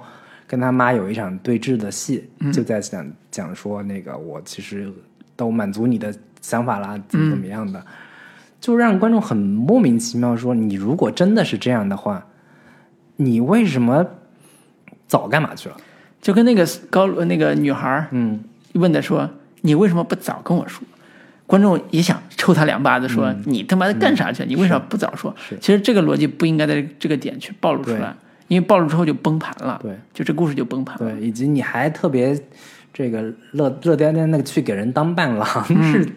跟他妈有一场对峙的戏，就在讲讲说那个我其实都满足你的想法啦，怎么怎么样的，就让观众很莫名其妙说，你如果真的是这样的话，你为什么早干嘛去了？
就跟那个高那个女孩儿
嗯，
问的说：“你为什么不早跟我说？”观众也想抽他两巴子，说：“
嗯
你他妈的干啥去？你为啥不早说？”其实这个逻辑不应该在这个点去暴露出
对
来，因为暴露之后就崩盘了，
对
就这故事就崩盘了。
对，以及你还特别这个乐乐颠颠那个去给人当伴郎、
嗯
*laughs* 是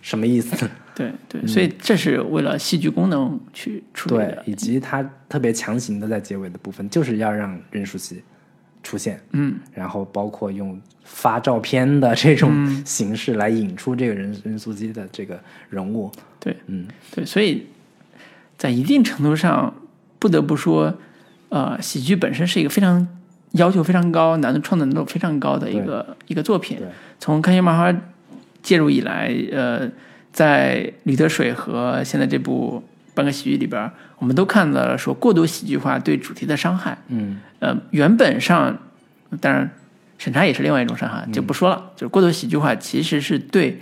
什么意思？
对对，所以这是为了戏剧功能去 *laughs* 处理
对
的，。
以及他特别强行的在结尾的部分，就是要让任素汐出现，
嗯，
然后包括用发照片的这
嗯
种形式来引出这个人任素汐的这个人物，
对
嗯，
对，所以在一定程度上，不得不说，呃，喜剧本身是一个非常要求非常高、难度创造难度非常高的一个一个作品
对。
从开心麻花介入以来，呃，在《吕得水》和现在这部《半个喜剧》里边儿，我们都看到了说过度喜剧化对主题的伤害。
嗯，
呃，原本上，当然审查也是另外一种伤
嗯
害，就不说了。就是过度喜剧化其实是对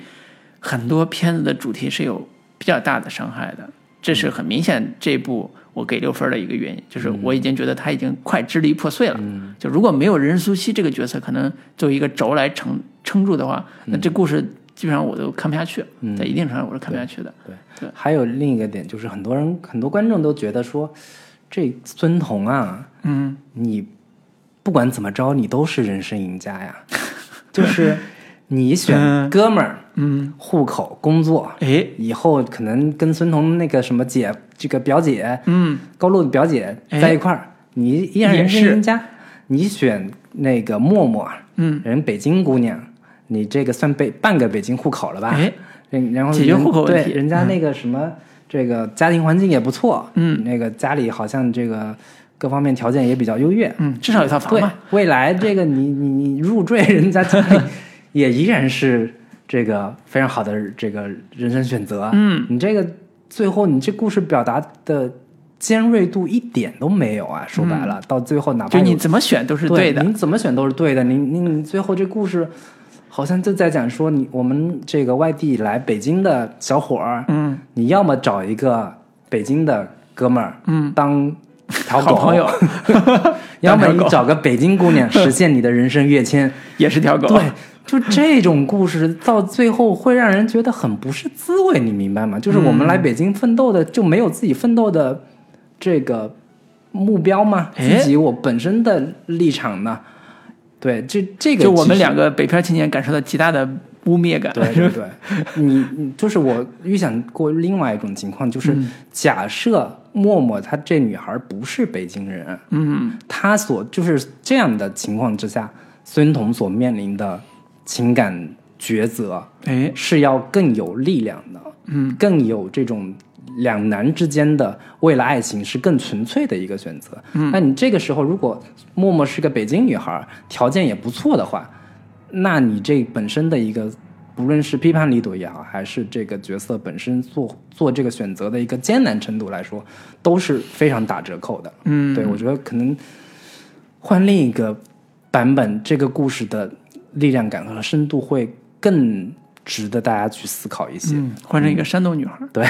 很多片子的主题是有比较大的伤害的，这是很明显。这部我给六分儿的一个原因，就是我已经觉得他已经快支离破碎了。
嗯
就如果没有任素汐这个角色，可能作为一个轴来撑撑住的话，
嗯
那这故事基本上我都看不下去。在一定程度上我是看不下去的。
对。还有另一个点就是，很多人很多观众都觉得说，这孙彤啊，
嗯，
你不管怎么着，你都是人生赢家呀。就是你选哥们儿、
嗯，
户口、工作，
哎，
以后可能跟孙彤那个什么姐，这个表姐，
嗯，
高露的表姐
哎
在一块儿，你依然
也
人生
是
赢家。你选那个默默，
嗯，
人北京姑娘，你这个算北半个北京户口了吧？
哎，
人然后
解决
人
户口问
对
题
人家那个什么，这个家庭环境也不错，
嗯，
那个家里好像这个各方面条件也比较优越，
嗯，至少有套房
对
吧。，
未来这个你你你入赘人家家里， *laughs* 也依然是这个非常好的这个人生选择。
嗯，
你这个最后你这故事表达的尖锐度一点都没有啊！说白了，到最后哪
嗯
怕
就你
有
怎么选都是
对
的。
你怎么选都是对的。你你你最后这故事好像就在讲说你我们这个外地来北京的小伙儿，
嗯，
你要么找一个北京的哥们儿，嗯，当条
好
狗
朋
*laughs*
友
要么
当条
你
狗
找个北京姑
*laughs*
娘实现你的人生跃迁。
也是条狗。
对，就这种故事到最后会让人觉得很不是滋味，你明白吗？就是我
嗯
们来北京奋斗的就没有自己奋斗的这个目标吗？
哎
自己我本身的立场呢？对，这这个
就我
其
们
实
两个北漂青年感受到极大的污蔑
*laughs*
感。
对对对，你你就是我预想过另外一种情况，就是假设默默她这女孩不是北京人，
嗯，
她所就是这样的情况之下，孙彤所面临的情感抉择
哎，
是要更有力量的，嗯，更有这种两难之间的为了爱情是更纯粹的一个选择。嗯，那你这个时候如果默默是个北京女孩，条件也不错的话，那你这本身的一个不论是批判力度也好，还是这个角色本身做做这个选择的一个艰难程度来说，都是非常打折扣的。嗯，对我觉得可能换另一个版本，这个故事的力量感和深度会更值得大家去思考一些。
嗯，换成一个山东女孩，
对，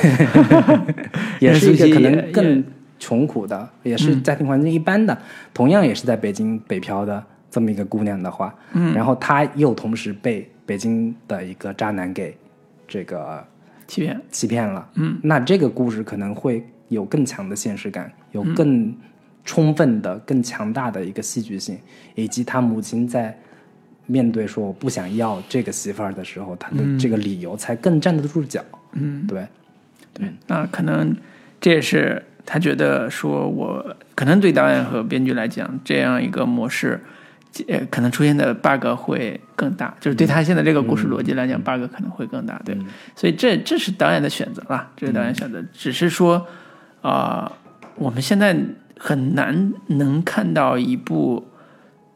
*laughs* 也嗯是一个
任素汐
可能
也
更穷苦的，也是家庭环境一般的，同样也是在北京北漂的这么一个姑娘的话，嗯，然后她又同时被北京的一个渣男给这个
欺骗。
欺骗了，嗯，那这个故事可能会有更强的现实感，有更充分的、更强大的一个戏剧性，以及他母亲在面对说我不想要这个媳妇儿的时候，他的这个理由才更站得住脚，嗯，对，
对，那可能这也是他觉得说我可能对导演和编剧来讲，这样一个模式，呃，可能出现的 bug 会更大，就是对他现在这个故事逻辑来讲、b u g 可能会更大。对，所以这这是导演的选择啦，这是导演选择，只是说啊、我们现在很难能看到一部。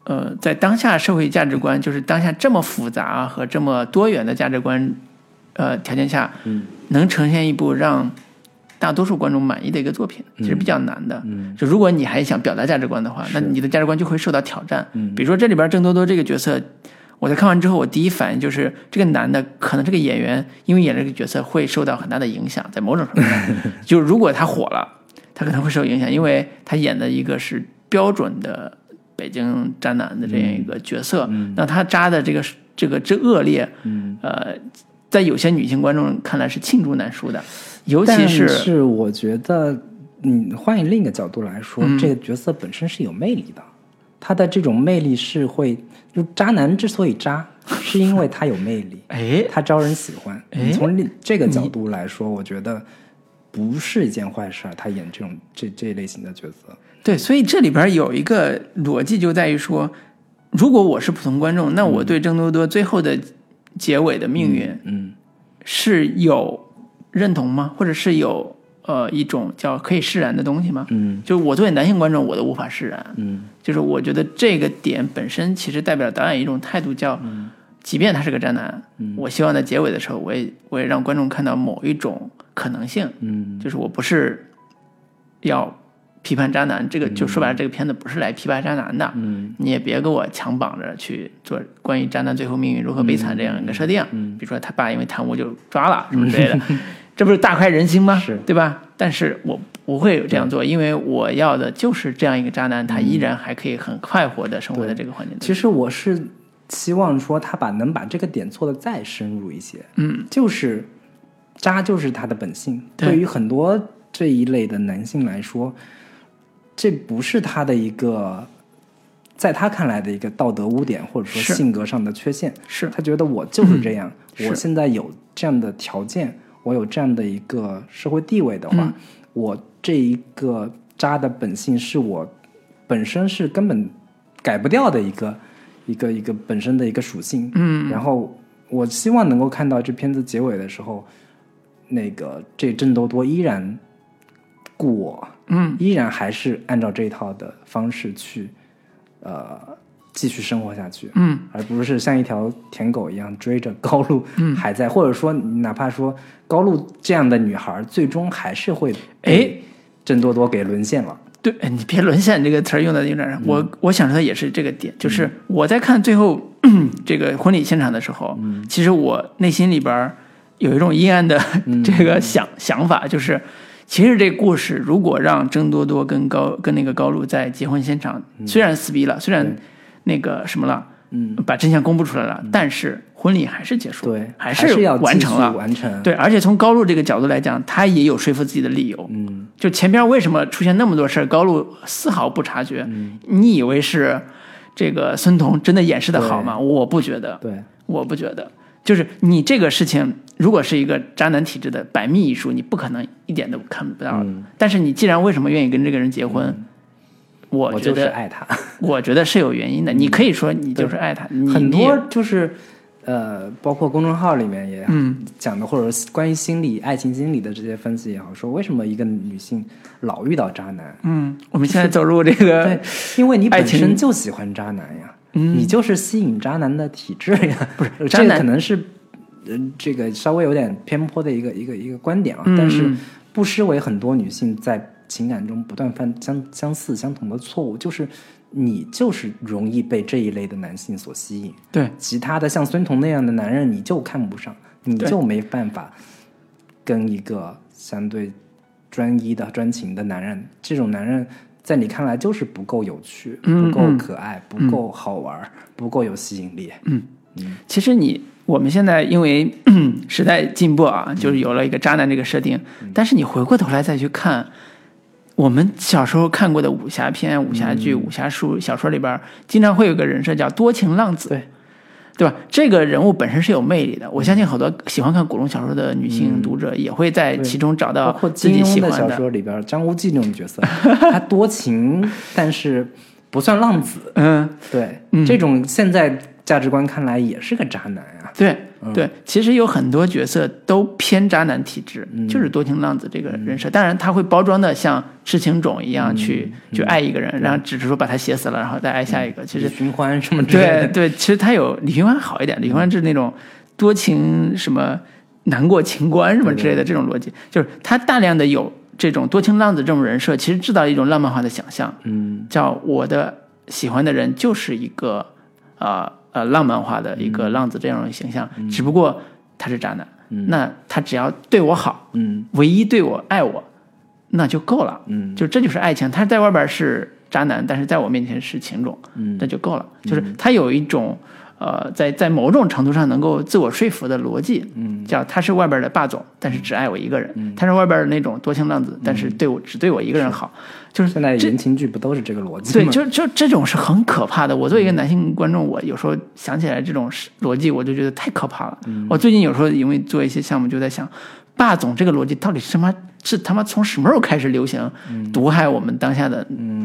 呃，在当下社会价值观，就是当下这么复杂和这么多元的价值观，呃条件下，能呈现一部让大多数观众满意的一个作品，其实比较难的。就如果你还想表达价值观的话，那你的价值观就会受到挑战。比如说这里边郑多多这个角色，我在看完之后，我第一反应就是这个男的可能这个演员因为演这个角色会受到很大的影响，在某种程度上，就如果他火了，他可能会受影响，因为他演的一个是标准的北京渣男的这样一个角色，那他渣的这个这个之恶劣，呃，在有些女性观众看来是罄竹难书的，尤其
但
是，
是我觉得，嗯，换另一个角度来说，这个角色本身是有魅力的，他的这种魅力是会，就渣男之所以渣，是因为他有魅力
哎，
他招人喜欢。
哎
从另这个角度来说，我觉得不是一件坏事儿。他演这种这这类型的角色，
对，所以这里边有一个逻辑就在于说，如果我是普通观众，那我对郑多多最后的结尾的命运
嗯
是有认同吗？或者是有呃一种叫可以释然的东西吗？
嗯
就是我作为男性观众，我都无法释然。
嗯
就是我觉得这个点本身其实代表导演一种态度，叫，
嗯
即便他是个渣男，我希望在结尾的时候，我也我也让观众看到某一种可能性，
嗯
就是我不是要批判渣男，这个就说白了，这个片子不是来批判渣男的，
嗯
你也别给我强绑着去做关于渣男最后命运如何悲惨这样一个设定。
嗯
比如说他爸因为贪污就抓
*laughs*
了什么之类的，这不是大快人心吗？
是嗯
对吧？但是我不会这样做，因为我要的就是这样一个渣男，他依然还可以很快活的生活在这个环境
其
中。
实我是希望说他把能把这个点做的再深入一些，
嗯，
就是渣就是他的本性。
对
对于很多这一类的男性来说，这不是他的一个，在他看来的一个道德污点或者说
是
性格上的缺陷。
是
他觉得我就是这样，
嗯
我
是
现在有这样的条件，我有这样的一个社会地位的话，
嗯
我这一个渣的本性是我本身是根本改不掉的一个一个一个本身的一个属性。
嗯，
然后我希望能够看到这片子结尾的时候，那个这郑多多依然故我，
嗯，
依然还是按照这一套的方式去呃继续生活下去。
嗯，
而不是像一条舔狗一样追着高露
嗯
还在，或者说哪怕说高露这样的女孩，最终还是会被郑多多给沦陷了。
对，哎你别“沦陷”这个词儿用的有点儿，
嗯
我我想说的也是这个点，就是我在看最后这个婚礼现场的时候，
嗯
其实我内心里边儿有一种阴暗的
嗯
这个想、想法，就是其实这故事如果让郑多多跟高跟那个高露在结婚现场，
嗯
虽然撕逼了，虽然那个什么了，嗯，把真相公布出来了，但是婚礼还是结束了，
嗯对，
还
是要
完
继
成
续
了，
完成。
对，而且从高露这个角度来讲，他也有说服自己的理由。嗯，就前边为什么出现那么多事儿，高露丝毫不察觉。你以为是这个孙彤真的掩饰的好吗？我不觉得，
对，
我不觉得。就是你这个事情，如果是一个渣男体质的百密一疏，你不可能一点都看不到的。但是你既然为什么愿意跟这个人结婚，嗯我嗯
我
觉
就
*laughs*
是
得
爱他。
我觉得是有原因的。你可以说你就是爱他，你
很
你也
多就是呃，包括公众号里面也
嗯
讲的，或者是关于心理、爱情心理的这些分析也好，说为什么一个女性老遇到渣男？
嗯，我们现在走入这个
对，因为你
爱
本
情
身就嗯 *laughs* 喜欢渣男呀，你就是吸引渣男的体质呀。不是
渣男
可能是嗯，这个稍微有点偏颇的一个一个一个观点啊，但是不失为很多女性在情感中不断犯相相似相同的错误，就是你就是容易被这一类的男性所吸引，
对
其他的像孙彤那样的男人你就看不上，你
对
就没办法跟一个相对专一的专情的男人，这种男人。在你看来就是不够有趣，
嗯
不够
嗯
可爱，不够好玩儿，不够有吸引力。
其实你我们现在因为 *clears throat* 时代进步
嗯
啊，就是有了一个渣男这个设定，但是你回过头来再去看。我们小时候看过的武侠片、武侠
嗯
剧、武侠书、小说里边儿，经常会有个人设叫多情浪子，
对嗯
对吧？这个人物本身是有魅力的，我相信好多喜欢看古龙小说的女性读者也会在其中找
包
到
括
自己
金庸
喜
的
欢
小
的。
说里边，张无忌这种
*laughs*
角色，他多情，但是不算浪子。
嗯，
对，这种现在价值观看来也是个渣男啊。
对对，其实有很多角色都偏渣男体质，就是多情浪子这个人设。当然，他会包装的像痴情种一样去、去爱一个人，然后只是说把他写死了，然后再爱下一个。其实
李寻欢什么之类
对
的，嗯
对，其实他有李寻欢好一点，李寻欢是那种多情什么难过情关什么之类的这种逻辑，就是他大量的有这种多情浪子这种人设，其实制造一种浪漫化的想象，
嗯，
叫我的喜欢的人就是一个呃呃浪漫化的一
嗯
个浪子这样的形象，只不过他是渣男，那他只要对我好，
嗯
唯一对我爱我，那就够了，
嗯
就这就是爱情。他在外边是渣男，但是在我面前是情种，
嗯
那就够了。就是他有一种呃，在在某种程度上能够自我说服的逻辑，
嗯，
叫他是外边的霸总，但是只爱我一个人；他是外边的那种多情浪子，但
嗯
是对我只对我一个人好，就是
现在
这
言情剧不都是这个逻
*laughs*
辑 *laughs*
对，
吗？
就就这种是很可怕的。我作为一
嗯
个男性观众，我有时候想起来这种是逻辑，我就觉得太可怕了。
嗯
我最近有时候因为做一些项目，就在想，霸总这个逻辑到底是他妈是他妈从什么时候开始流行，
嗯
毒害我们当下的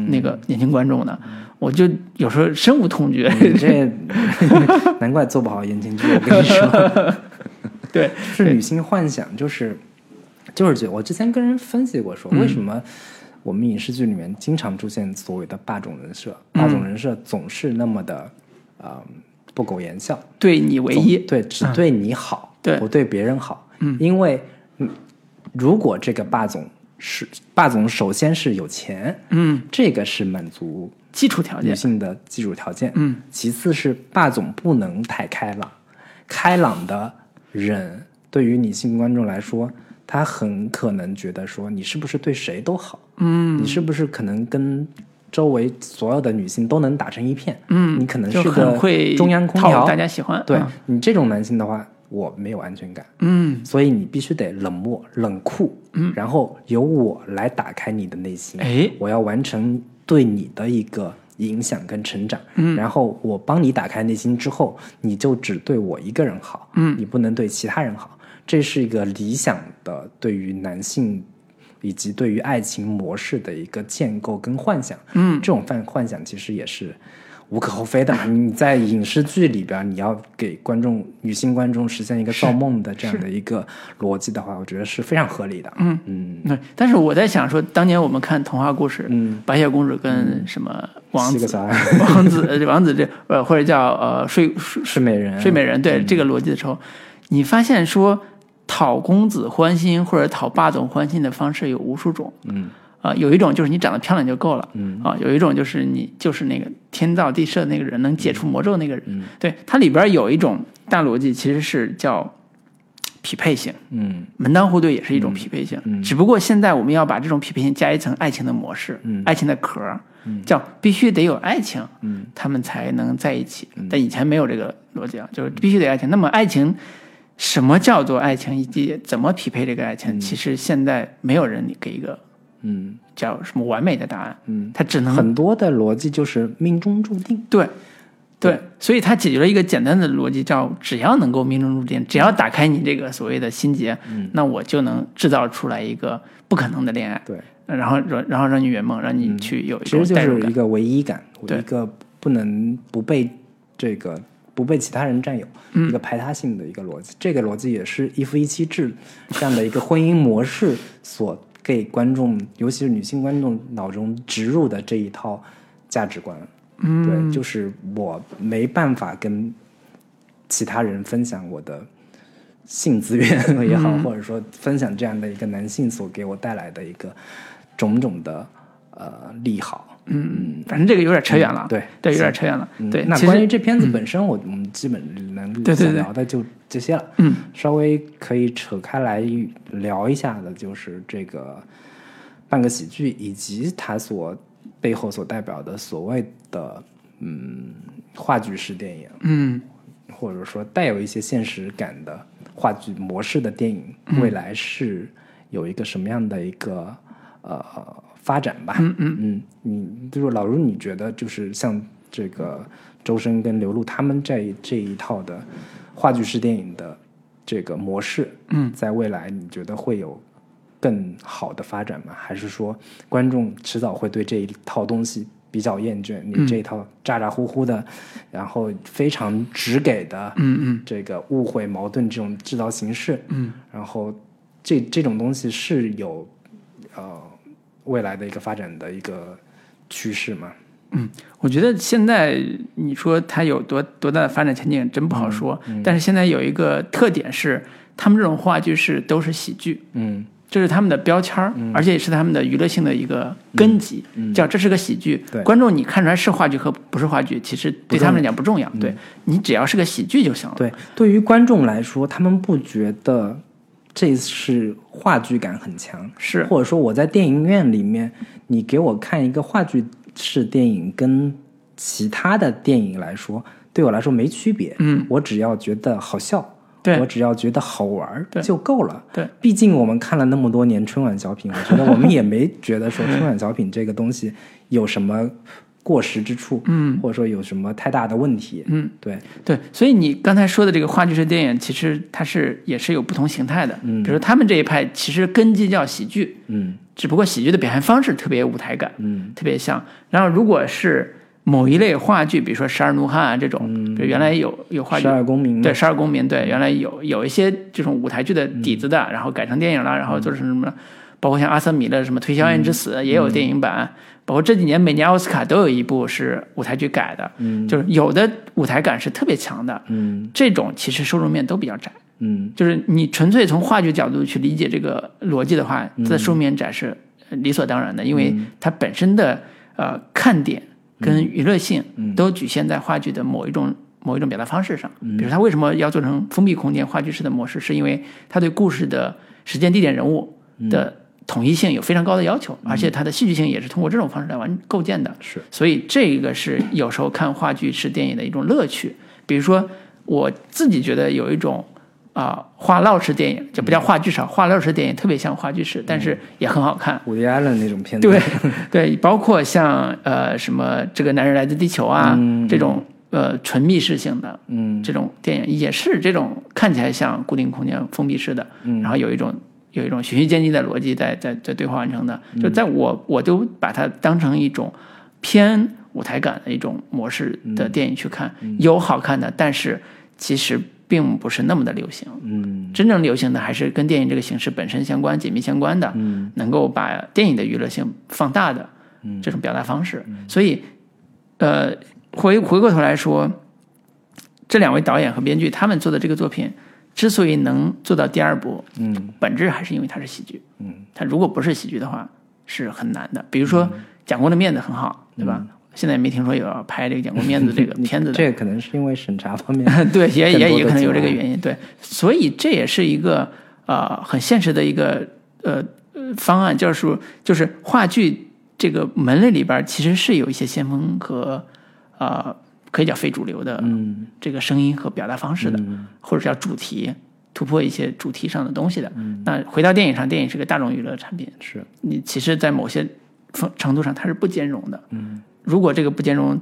那个年轻观众呢？我就有时候深恶痛绝。
你嗯这 *laughs* 难怪做不好言情剧，我跟你说。
*laughs* 对，
*laughs* 是女性幻想，就是就是觉得我之前跟人分析过说，
嗯
为什么我们影视剧里面经常出现所谓的霸总人设，
嗯
霸总人设总是那么的呃不苟言笑，
*laughs* 对你唯
总
一，嗯
对只对你好，
对
不对别人好，嗯，因为嗯如果这个霸总是霸总，首先是有钱，
嗯，
这个是满足
基础条
女
件，
性的基础条件。嗯，其次是霸总不能太开朗，开朗的人对于女性观众来说，他很可能觉得说你是不是对谁都好，嗯，你是不是可能跟。周围所有的女性都能打成一片，嗯，你可能
就是很会
个中央空
讨
调，
大家喜欢。
对
嗯
你这种男性的话，我没有安全感，
嗯，
所以你必须得冷漠、冷酷，嗯，然后由我来打开你的内心，
哎
我要完成对你的一个影响跟成长，嗯，然后我帮你打开内心之后，你就只对我一个人好，嗯，你不能对其他人好，这是一个理想的对于男性。以及对于爱情模式的一个建构跟幻想，嗯，这种幻幻想其实也是无可厚非 *laughs* 的嘛。你在影视剧里边，你要给观众女性观众实现一个造梦的这样的一个逻辑的话，我觉得是非常合理的。嗯嗯，
对，但是我在想说，当年我们看童话故事，
嗯，
白雪公主跟什么王
七
子
个小孩，
*laughs* 王子呃王子这呃或者叫呃睡睡
睡美人，
睡美人对这个逻辑的时候，你发现说讨公子欢心或者讨霸总欢心的方式有无数种，
嗯
啊、有一种就是你长得漂亮就够了，
嗯
啊、有一种就是你就是那个天造地设的那个人，能解除魔咒那个人，对，它里边有一种大逻辑其实是叫匹配性。
嗯
门当户对也是一种匹配性，只不过现在我们要把这种匹配性加一层爱情的模式，
嗯
爱情的壳儿，叫必须得有爱情，
嗯
他们才能在一起。但以前没有这个逻辑啊，就是必须得有爱情。那么爱情，什么叫做爱情，以及怎么匹配这个爱情，其实现在没有人给一个
嗯
叫什么完美的答案，
嗯，
它只能
很多的逻辑就是命中注定。
对。对，所以它解决了一个简单的逻辑，叫只要能够命中注定，只要打开你这个所谓的心结，
嗯
那我就能制造出来一个不可能的恋爱，
对，
然后让然后让你圆梦，让你去有一
嗯其
种
实就
代入
是
感
一。个唯一感，
对
一个不能不被这个不被其他人占有，
嗯
一个排他性的一个逻辑。这个逻辑也是一夫一妻制这样的一个婚姻模式所给观众，尤其是女性观众脑中植入的这一套价值观。嗯，对，就是我没办法跟其他人分享我的性资源 *laughs* 也好，
嗯
或者说分享这样的一个男性所给我带来的一个种种的呃利好。啊
嗯，反正这个有点扯远了，
对
对，有点扯远了
嗯，
啊对。
那
其
关于
实嗯
这片子本身，我我们基本能
对对对
想聊的就这些了。
嗯，
稍微可以扯开来聊一下的，就是这个半个喜剧以及它所背后所代表的所谓的嗯话剧式电影，
嗯
或者说带有一些现实感的话剧模式的电影，未来是有一个什么样的一个呃发展吧？嗯嗯嗯，你就是老卢，你觉得就是像这个周深跟刘露他们这这一套的话剧式电影的这个模式，
嗯，
在未来你觉得会有更好的发展吗？还是说观众迟早会对这一套东西比较厌倦？
嗯
你这一套咋咋呼呼的，然后非常直给的，
嗯嗯，
这个误会、矛盾这种制造形式，嗯，然后这这种东西是有呃未来的一个发展的一个趋势嘛？
我觉得现在你说它有多多大的发展前景，真不好说。
嗯
但是现在有一个特点是，他们这种话剧是都是喜剧，
嗯
这是他们的标签儿，而且也是他们的娱乐性的一个根基，叫这是个喜剧。
嗯对
观众你看出来是话剧和不是话剧，其实对他们来讲不重要。对你只要是个喜剧就行了。
嗯对，对于观众来说，他们不觉得这是话剧感很强，
是
或者说我在电影院里面，你给我看一个话剧式电影，跟其他的电影来说，对我来说没区别。嗯，我只要觉得好笑，
对
我只要觉得好玩儿
对
就够了。
对，
毕竟我们看了那么多年春晚小品，我觉得我们也没觉得
*laughs*
说春晚小品这个东西有什么过时之处，嗯，或者说有什么太大的问题，嗯，对，
对，所以你刚才说的这个话剧式电影，其实它是也是有不同形态的。嗯，比如他们这一派其实根基叫喜剧，
嗯
只不过喜剧的表现方式特别有舞台感，
嗯，
特别像。然后如果是某一类话剧，比如说《十二怒汉》啊这种，
嗯
比如原来有有话剧
十，二公民嘛
对《十二公民》，对原来有有一些这种舞台剧
嗯
的底子的，然后改成电影了，然后做成什么，包括像阿瑟米勒什么《推销案之死》
嗯
也有电影版，包括这几年每年奥斯卡都有一部是舞台剧改的，就是有的舞台感是特别强的，
嗯
这种其实受众面都比较窄。
嗯
就是你纯粹从话剧角度去理解这个逻辑的话，它的书面展示理所当然的，因为它本身的呃看点跟娱乐性都局限在话剧的某一种某一种表达方式上。比如它为什么要做成封闭空间话剧式的模式，是因为它对故事的时间、地点、人物的统一性有非常高的要求，而且它的戏剧性也是通过这种方式来完构建的。
是，
所以这个是有时候看话剧式电影的一种乐趣。比如说，我自己觉得有一种啊、话唠式电影，就不叫话剧式啊，话唠式电影特别像话剧式，但是也很好看。
伍迪·艾伦那种片子，
对 *laughs* 对，包括像呃什么《这个男人来自地球啊》这种呃纯密室性的，
嗯，
这种电影也是这种看起来像固定空间封闭式的，然后有一种有一种循序渐进的逻辑在在在对话完成的，就在我我都把它当成一种偏舞台感的一种模式的电影去看，有好看的，但是其实并不是那么的流行，
嗯
真正流行的还是跟电影这个形式本身相关、紧密相关的，
嗯
能够把电影的娱乐性放大的这种表达方式。
嗯
所以，呃，回回过头来说，这两位导演和编剧他们做的这个作品之所以能做到第二部，
嗯
本质还是因为它是喜剧。
嗯
它如果不是喜剧的话，是很难的。比如说《蒋公的面子》很好，对
嗯
吧？现在也没听说有要拍这个《蒋公面子》
*laughs*
这个片子的，
这个可能是因为审查
*laughs*
方面
对，也
更
也
多
也
的
可能有
阻
这个
碍
原因。对，所以这也是一个呃很现实的一个呃呃方案，就是说就是话剧这个门类里边儿其实是有一些先锋和呃可以叫非主流的
嗯
这个声音和表达方式的，
嗯
或者叫主题。突破一些主题上的东西的，
嗯
那回到电影上，电影是个大众娱乐产品，
是
你其实，在某些程程度上，它是不兼容的。嗯，如果这个不兼容，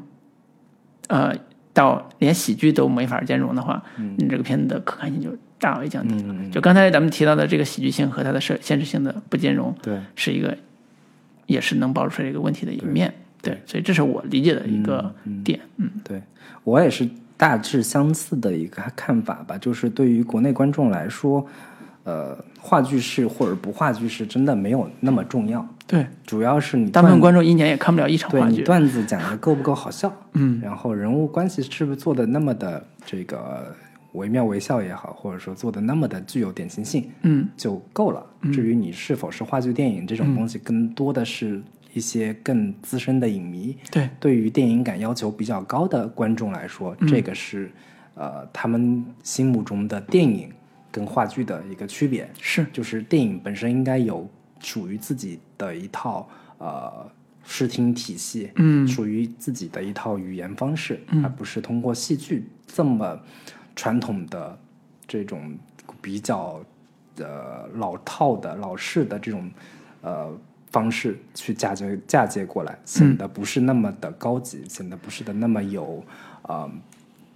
呃，到连喜剧都没法兼容的话，你这个片子的可看性就大为降低了。就刚才咱们提到的这个喜剧性和它的设现实性的不兼容，
对
是一个也是能暴露出来一个问题的一面。对，所以这是我理解的一个点。嗯
对，我也是大致相似的一个看法吧，就是对于国内观众来说，呃，话剧式或者不话剧式真的没有那么重要，
对，
主要是你
大部分
段
观众一年也看不了一场
对
话
你
剧。
段子讲的够不够好笑，嗯，然后人物关系是不是做的那么的这个惟妙惟肖也好，或者说做的那么的具有典型性，
嗯，
就够了。至于你是否是话剧、电影这种东西，更多的是一些更资深的影迷，
对，
对于电影感要求比较高的观众来说，这个是呃他们心目中的电影跟话剧的一个区别，
是
就是电影本身应该有属于自己的一套呃视听体系，
嗯，
属于自己的一套语言方式，而不是通过戏剧这么传统的这种比较呃老套的老式的这种呃方式去嫁接嫁接过来，
嗯
显得不是那么的高级，显得不是的那么有呃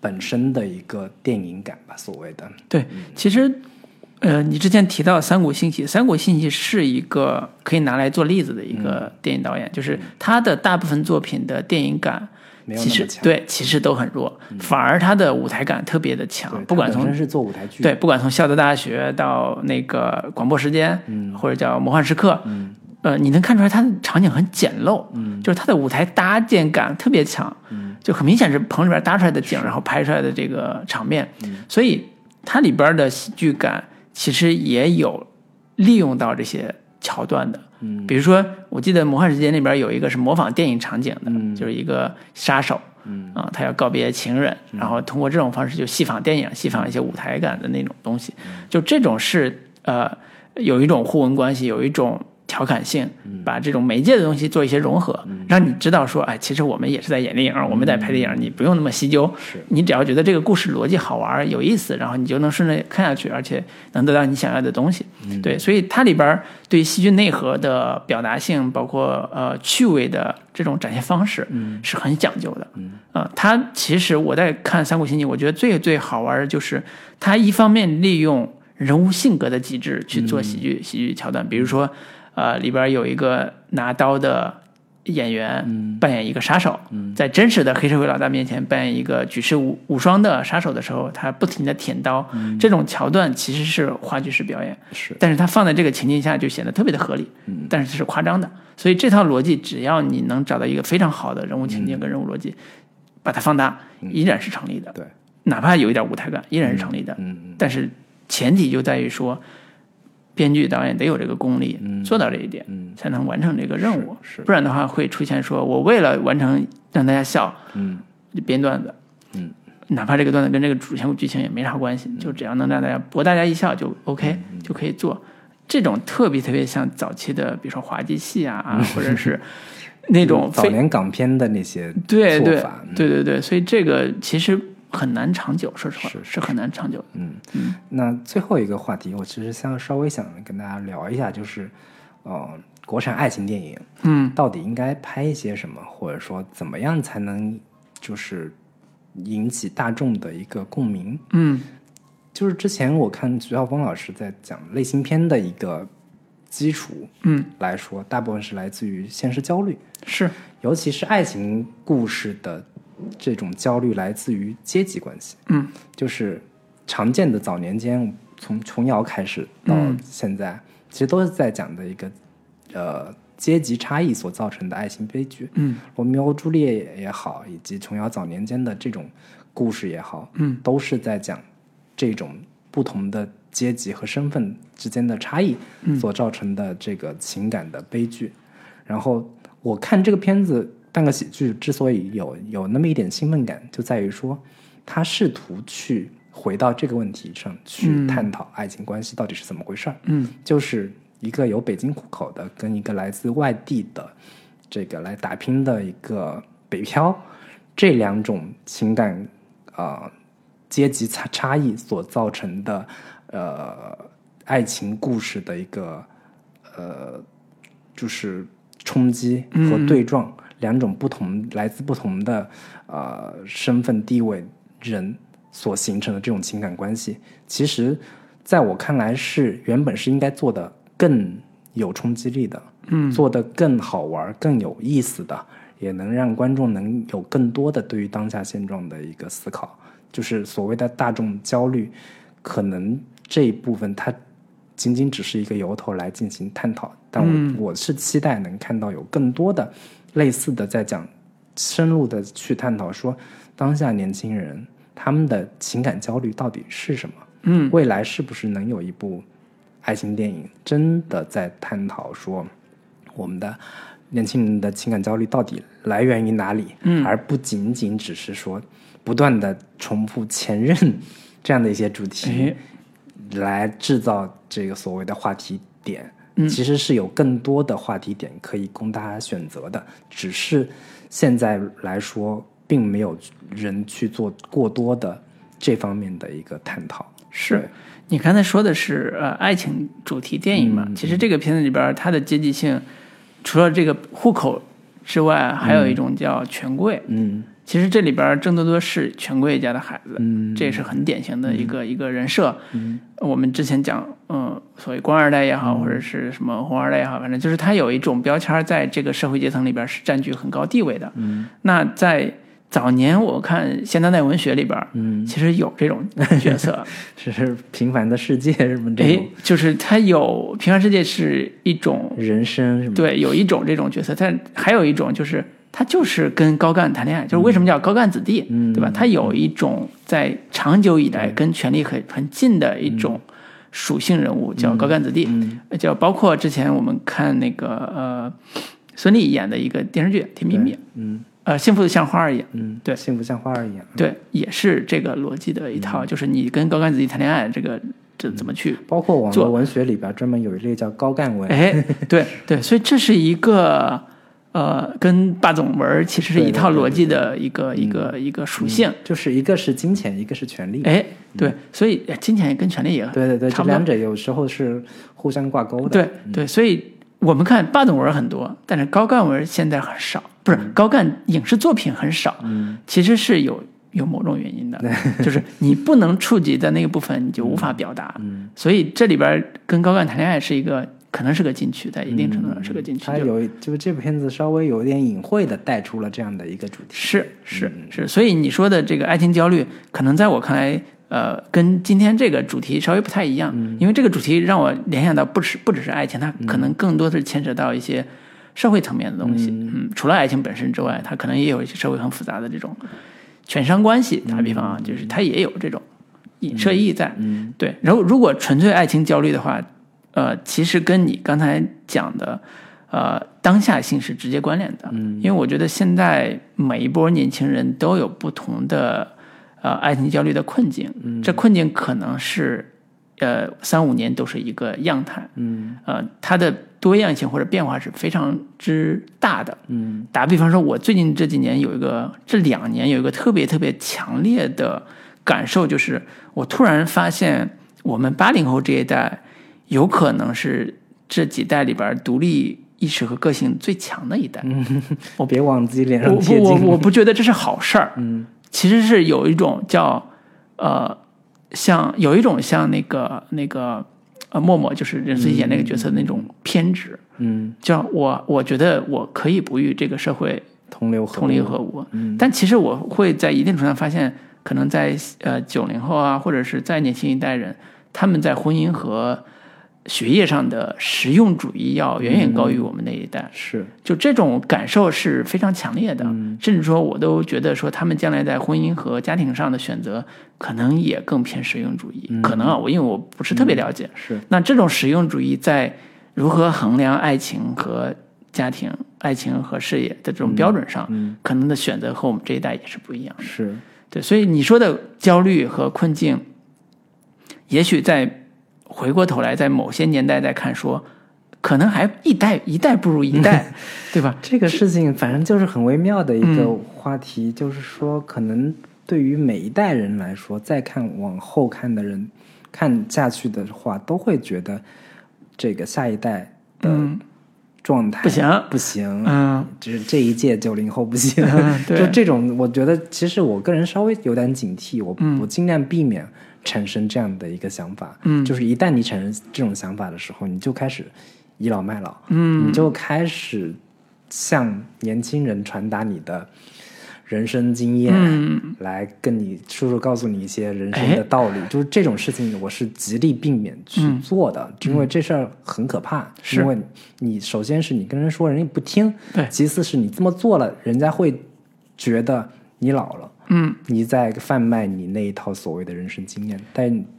本身的一个电影感吧，所谓的
对，其实，呃，你之前提到三谷幸喜，三谷幸喜是一个可以拿来做例子的一
嗯
个电影导演，就是他的大部分作品的电影感
没有
其
那
实
么强。嗯
对其实都很弱，反而他的舞台感特别的强，
对
不管
它本
从
身是做舞台剧，
对，不管从《校德大学》到那个广播时间，或者叫《魔幻时刻》，呃，你能看出来它的场景很简陋，就是它的舞台搭建感特别强，就很明显是棚里边搭出来的景，然后拍出来的这个场面，所以它里边的喜剧感其实也有利用到这些桥段的。比如说，我记得《魔幻时间》里边有一个是模仿电影场景的，就是一个杀手，啊，他要告别情人，然后通过这种方式就戏仿电影，戏仿一些舞台感的那种东西，就这种是呃有一种互文关系，有一种调侃性，把这种媒介的东西做一些融合，让你知道说，哎，其实我们也是在演电影，我们在拍电影，你不用那么细究，你只要觉得这个故事逻辑好玩有意思，然后你就能顺着看下去，而且能得到你想要的东西。对，所以它里边儿对戏剧内核的表达性，包括呃趣味的这种展现方式，是很讲究的。嗯，啊，它其实我在看《三国新记》，我觉得最最好玩的就是它一方面利用人物性格的极致去做喜剧、喜剧桥段，比如说，呃，里边儿有一个拿刀的演
嗯
员扮演一个杀手，在真实的黑社会老大面前扮演一个举世无无双的杀手的时候，他不停的舔刀，这种桥段其实是话剧式表演，
嗯是嗯
但是他放在这个情境下就显得特别的合理，但是这是夸张的，所以这套逻辑只要你能找到一个非常好的人物情境跟人物逻辑，把它放大，依然是成立的，
嗯对，
哪怕有一点舞台感，依然是成立的，
嗯嗯
但是前提就在于说，编剧导演得有这个功力，做到这一点，
嗯
才能完成这个任务。
是是
不然的话会出现说我为了完成让大家笑，
嗯，
就编段子，
嗯，
哪怕这个段子跟这个主线剧情也没啥关系，就只要能让大家博大家一笑就
嗯
OK，、就可以做。这种特别特别像早期的，比如说滑稽戏
*laughs*
啊，啊或者是那种
嗯早
非
年港片的那些
对
做
对
法，嗯
对对对，所以这个其实很难长久，说实话
是嗯
是很难长久的。
那最后一个话题，我其实想稍微想跟大家聊一下，就是，呃，国产爱情电影，
嗯，
到底应该拍一些什么，或者说怎么样才能就是引起大众的一个共鸣？
嗯
就是之前我看徐浩峰老师在讲类型片的一个基础
嗯，
来说，大部分是来自于现实焦虑，
是
尤其是爱情故事的这种焦虑来自于阶级关系。
嗯，
就是常见的早年间从琼瑶开始到现在，
嗯
其实都是在讲的一个呃阶级差异所造成的爱情悲剧。
嗯，
罗密欧朱丽叶也好，以及琼瑶早年间的这种故事也好，
嗯，
都是在讲这种不同的阶级和身份之间的差异
嗯
所造成的这个情感的悲剧。然后我看这个片子《半个喜剧》之所以有有那么一点兴奋感，就在于说他试图去回到这个问题上去探讨爱情关系到底是怎么回事儿。
嗯，
就是一个有北京户口的跟一个来自外地的这个来打拼的一个北漂，这两种情感呃阶级差差异所造成的呃爱情故事的一个呃就是冲击和对撞，两种不同来自不同的呃身份地位人所形成的这种情感关系，其实在我看来是原本是应该做的更有冲击力的，嗯，做的更好玩、更有意思的，也能让观众能有更多的对于当下现状的一个思考，就是所谓的大众焦虑，可能这一部分它仅仅只是一个由头来进行探讨，但我、我是期待能看到有更多的类似的在讲，深入的去探讨说当下年轻人他们的情感焦虑到底是什么？嗯，未来是不是能有一部爱情电影真的在探讨说我们的年轻人的情感焦虑到底来源于哪里？嗯，而不仅仅只是说不断的重复前任这样的一些主题
哎
来制造这个所谓的话题点。
嗯
其实是有更多的话题点可以供大家选择的，只是现在来说，并没有人去做过多的这方面的一个探讨。
是你刚才说的是呃爱情主题电影嘛？
嗯
其实这个片子里边它的阶级性，除了这个户口之外，还有一种叫权贵。
嗯
其实这里边郑多多是权贵家的孩子，
嗯 *laughs*
这也是很典型的一个、一个人设。我们之前讲，嗯，所谓官二代也好，或者是什么红二代也好，反正就是他有一种标签，在这个社会阶层里边是占据很高地位的。嗯，那在早年我看现当代文学里边，
嗯，
其实有这种角色，
只是平凡的世界什么这
哎
种，
就是他有平凡世界是一种
人生什么，
对，有一种这种角色，但还有一种就是他就是跟高干谈恋爱，就是为什么叫高干子弟，
嗯
对吧？他有一种在长久以来跟权力很很近的一种
嗯
属性人物，叫高干子弟，呃叫包括之前我们看那个呃孙俪演的一个电视剧《甜蜜蜜》，
嗯
呃，《幸福的像花儿一样》。
嗯，
对
幸福像花儿一样，
对，也是这个逻辑的一套，
嗯
就是你跟高干子弟谈恋爱，这个这怎么去
包括网
做
络文学里边专门有一类叫高干文，
哎，对对，所以这是一个呃，跟霸总文儿其实是一套逻辑的嗯一个一个一个属性。
就是一个是金钱，一个是权力，
哎，对，所以哎金钱跟权力也
对对对，
差
这
不多
两。者有时候是互相挂钩的。
对嗯对，所以我们看霸总文儿很多，但是高干文儿现在很少，不是高干影视作品很少，其实是有。有某种原因的，就是你不能触及的那个部分，你就无法表达。所以这里边儿跟高干谈恋爱是一个，可能是个禁区，在一定程度上嗯是个禁区。
嗯它
就
有就是这部片子稍微有点隐晦的带出了这样的一个主题，嗯
是是是，所以你说的这个爱情焦虑，可能在我看来，呃，跟今天这个主题稍微不太一样，
嗯
因为这个主题让我联想到不是不只是爱情，它可能更多的是牵扯到一些社会层面的东西。嗯除了爱情本身之外，它可能也有一些社会很复杂的这种权商关系。打比方啊，就是它也有这种影射意义在。
嗯
对，然后如果纯粹爱情焦虑的话，呃，其实跟你刚才讲的，呃，当下性是直接关联的。嗯，因为我觉得现在每一波年轻人都有不同的呃爱情焦虑的困境，嗯、这困境可能是呃三五年都是一个样态，
嗯
呃，它的多样性或者变化是非常之大的。
嗯
打个比方说，我最近这几年有一个，这两年有一个特别特别强烈的感受，就是我突然发现，我们八零后这一代有可能是这几代里边独立意识和个性最强的一代。
我别往自己脸
我
上贴
不，我
*laughs* 金。
我不觉得这是好事儿。
嗯，
其实是有一种叫呃，像有一种像那个那个呃默默，就是任素汐演那个角色的那种偏执，
嗯，
叫我我觉得我可以不与这个社会
同流合污
同流合污。但其实我会在一定程度上发现，可能在呃九零后啊，或者是再年轻一代人，他们在婚姻和学业上的实用主义要远远高于我们那一代。
是
就这种感受是非常强烈的，甚至说我都觉得说他们将来在婚姻和家庭上的选择可能也更偏实用主义，可能啊，我因为我不是特别了解。
是，
那这种实用主义在如何衡量爱情和家庭、爱情和事业的这种标准上，可能的选择和我们这一代也是不一样的。
是
对，所以你说的焦虑和困境，也许在回过头来，在某些年代再看说，可能还一代一代不如一代，对吧？
这个事情，反正就是很微妙的一个
嗯
话题，就是说，可能对于每一代人来说，再看往后看的人看下去的话，都会觉得这个下一代的
嗯，
状态
不行，
不行，
嗯，
就是这一届九零后不行，
嗯对
就这种，我觉得其实我个人稍微有点警惕，我、我尽量避免产生这样的一个想法。嗯，就是一旦你产生这种想法的时候，你就开始倚老卖老，嗯，你就开始向年轻人传达你的人生经验，来跟你叔叔告诉你一些人生的道理。就是这种事情，我是极力避免去做的，因为这事儿很可怕。
是
因为你首先是你跟人说，人家不听；
对
其次是你这么做了，人家会觉得你老了。
嗯，
你在贩卖你那一套所谓的人生经验，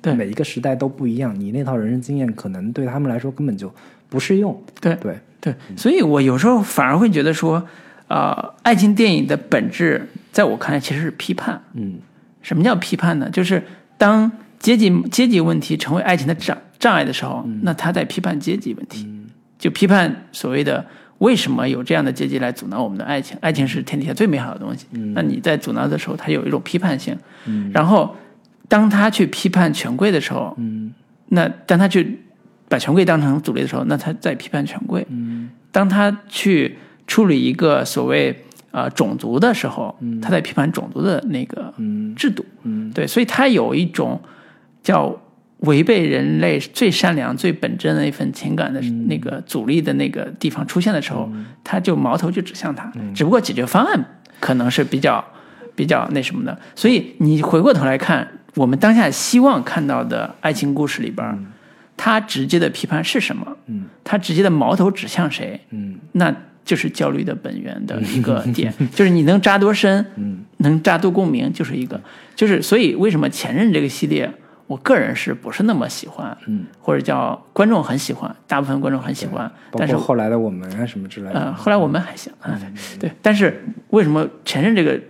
但每一个时代都不一样，你那套人生经验可能对他们来说根本就不适用。
对
对
对，所以我有时候反而会觉得说，呃，爱情电影的本质，在我看来其实是批判。
嗯
什么叫批判呢？就是当阶级阶级问题成为爱情的障障碍的时候，
嗯
那他在批判阶级问题，就批判所谓的为什么有这样的阶级来阻挠我们的爱情？爱情是天底下最美好的东西。
嗯
那你在阻挠的时候，它有一种批判性。然后，当他去批判权贵的时候，
嗯
那当他去把权贵当成阻力的时候，那他在批判权贵；
嗯
当他去处理一个所谓呃种族的时候，他在批判种族的那个
嗯
制度。
嗯
对，所以他有一种叫违背人类最善良、最本真的一份情感的
嗯
那个阻力的那个地方出现的时候，他就矛头就指向他。
嗯
只不过解决方案可能是比较比较那什么的，所以你回过头来看，我们当下希望看到的爱情故事里边儿，他直接的批判是什么？
嗯，
他直接的矛头指向谁？
嗯
那就是焦虑的本源
*laughs*
的一个点，就是你能扎多深，
嗯，
能扎多共鸣，就是一个，就是所以为什么前任这个系列，我个人是不是那么喜欢，
嗯，
或者叫观众很喜欢，大部分观众很喜欢，
包
但是
括后来的我嗯们啊什么之类
呃，
的。
后来我们还行，啊，对，但是为什么前任这个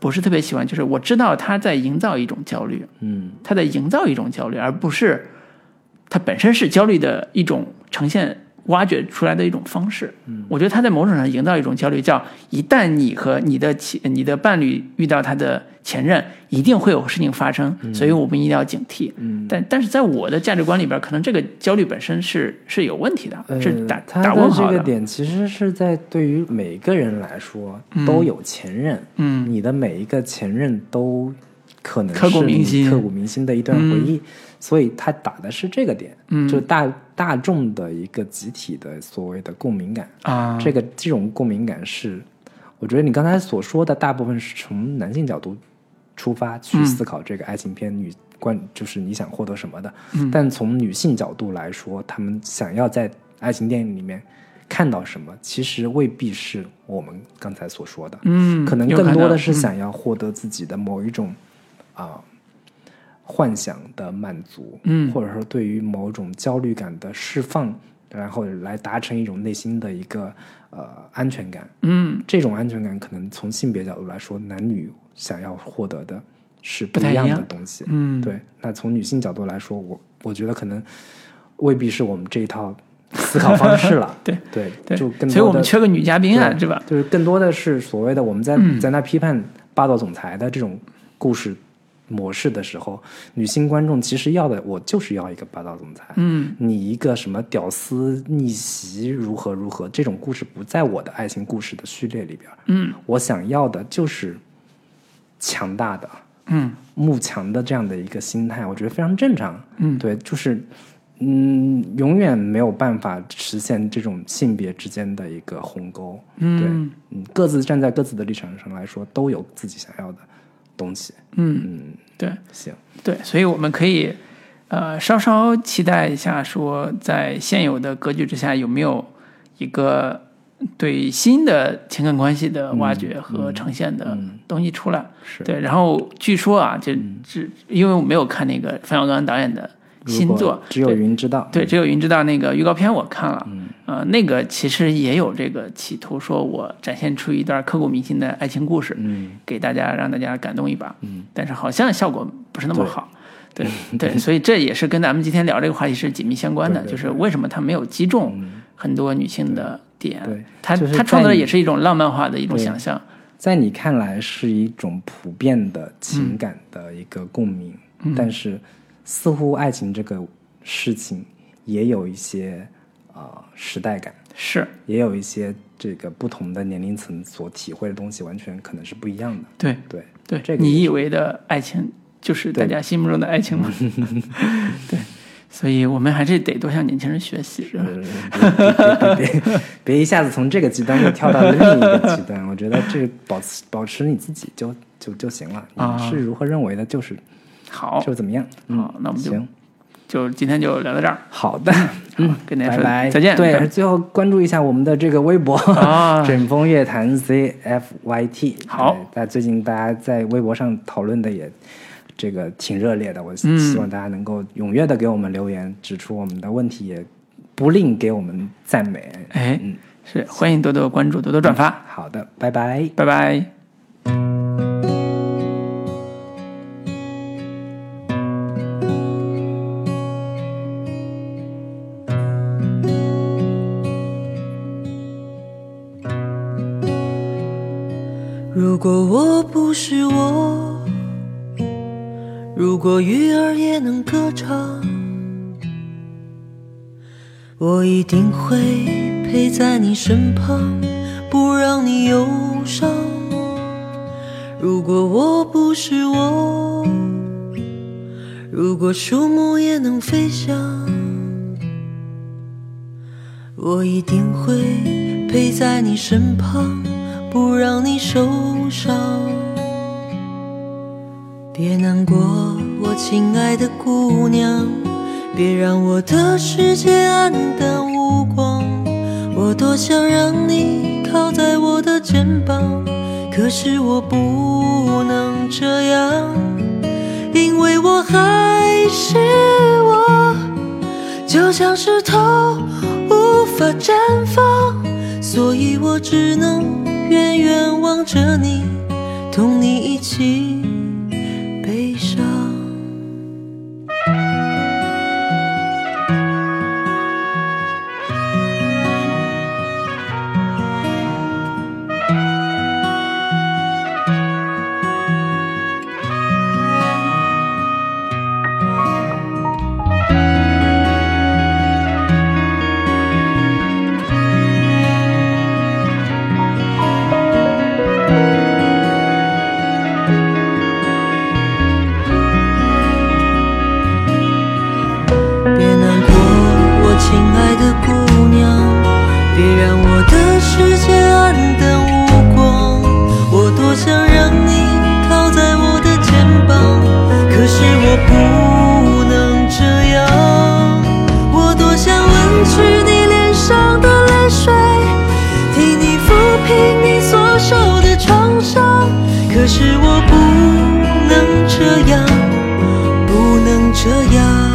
不是特别喜欢，就是我知道他在营造一种焦虑，
嗯
他在营造一种焦虑，而不是它本身是焦虑的一种呈现、挖掘出来的一种方式。
嗯
我觉得他在某种上营造一种焦虑，叫一旦你和你的前、你的伴侣遇到他的前任，一定会有事情发生，所以我们一定要警惕。
嗯，
但但是在我的价值观里边，可能这个焦虑本身是是有问题的，是打、
他
打
呃的
问
这
号
个
的。
点其实是在对于每个人来说都有前任，
嗯
你的每一个前任都可能
刻骨
是
铭
你
心
刻骨铭心的一段回忆，所以他打的是这个点，
嗯
就大大众的一个集体的所谓的共鸣感，
啊，
这个这种共鸣感是，我觉得你刚才所说的大部分是从男性角度出发去思考这个爱情片女关，就是你想获得什么的。
嗯
但从女性角度来说，她们想要在爱情电影里面看到什么，其实未必是我们刚才所说的。
嗯，
可能
有
更多
能
的是想要获得自己的某一种啊、幻想的满足，
嗯
或者说对于某种焦虑感的释放，然后来达成一种内心的一个呃安全感。
嗯，
这种安全感可能从性别角度来说，男女想要获得的是
不
不
太
一
一
样的
样
东西。
嗯
对。那从女性角度来说，我我觉得可能未必是我们这一套思考方式了。
*laughs* 对
对
对，
就更多的
所以我们缺个女嘉宾啊，
对
是吧？嗯
就是更多的是所谓的我们在在那批判霸道总裁的这种故事模式的时候，女性观众其实要的我就是要一个霸道总裁，
嗯，
你一个什么屌丝逆袭如何如何这种故事不在我的爱情故事的序列里边，
嗯，
我想要的就是强大的
嗯
慕强的这样的一个心态，我觉得非常正常，
嗯
对，就是。嗯，永远没有办法实现这种性别之间的一个鸿沟。对
嗯，
嗯，各自站在各自的立场上来说，都有自己想要的东西。
嗯，
嗯，
对。
行，
对，所以我们可以呃稍稍期待一下，说在现有的格局之下，有没有一个对新的情感关系的挖掘和呈现的东西出来？
嗯是嗯
对，然后据说啊，这这因为我没有看那个冯小刚导演的新
如
作
果，只有
对
云知道。
对，只有云知道那个预告片我看了，
嗯
呃，那个其实也有这个企图，说我展现出一段刻骨铭心的爱情故事，
嗯，
给大家让大家感动一把，
嗯，
但是好像效果不是那么
对
好，
*laughs*
对对，所以这也是跟咱们今天聊这个话题是紧密相关的，
对对嗯
就是为什么他没有击中很多女性的点，
对
他
就是
他创造的
在你
也是一种浪漫化的一种想象，
在你看来是一种普遍的情感的一个共鸣，
嗯
但是似乎爱情这个事情也有一些呃时代感，
是
也有一些这个不同的年龄层所体会的东西，完全可能是不一样的。
对
对，
对，
这个也
你以为的爱情就是大
对
家心目中的爱情
*laughs*
吗？对，所以我们还是得多向年轻人学习，是吧？
别别别别别一下子从这个极端又跳到另一个
*laughs*
极端，我觉得这保持保持你自己就就就行了。
啊
你是如何认为的，就是
好，
就是怎么样。嗯
好，那我们就
行，
就今天就聊到这儿，
好
*laughs*
的，
嗯，跟大家
拜
说
拜，
再见，
对，最后关注一下我们的这个微博
啊
*laughs* 枕风乐坛 ZFYT。
好
对，但最近大家在微博上讨论的也这个挺热烈的，我
嗯
希望大家能够踊跃的给我们留言，指出我们的问题，也不吝给我们赞美。
哎
嗯，
是欢迎多多关注，多多转发，
好的，拜拜。
拜拜。
如果我不是我，如果鱼儿也能歌唱，我一定会陪在你身旁，不让你忧伤。如果我不是我，如果树木也能飞翔，我一定会陪在你身旁，不让你受伤。别难过，我亲爱的姑娘，别让我的世界黯淡无光。我多想让你靠在我的肩膀，可是我不能这样，因为我还是我。就像石头无法绽放，所以我只能远远望着你，同你一起悲伤。别难过，我亲爱的姑娘，别让我的世界暗淡无光。我多想让你靠在我的肩膀，可是我不能这样。我多想吻去你脸上的泪水，替你抚平你所受的创伤，可是我不能这样，不能这样。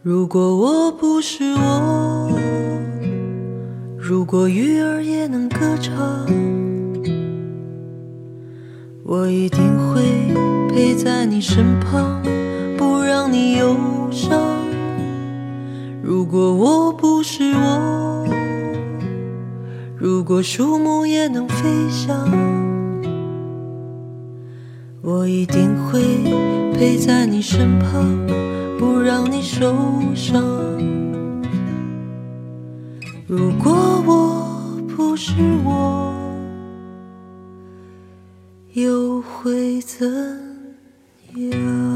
如果我不是我，如果鱼儿也能歌唱，我一定会陪在你身旁，不让你忧伤。如果我不是我，如果树木也能飞翔。我一定会陪在你身旁，不让你受伤。如果我不是我，又会怎样？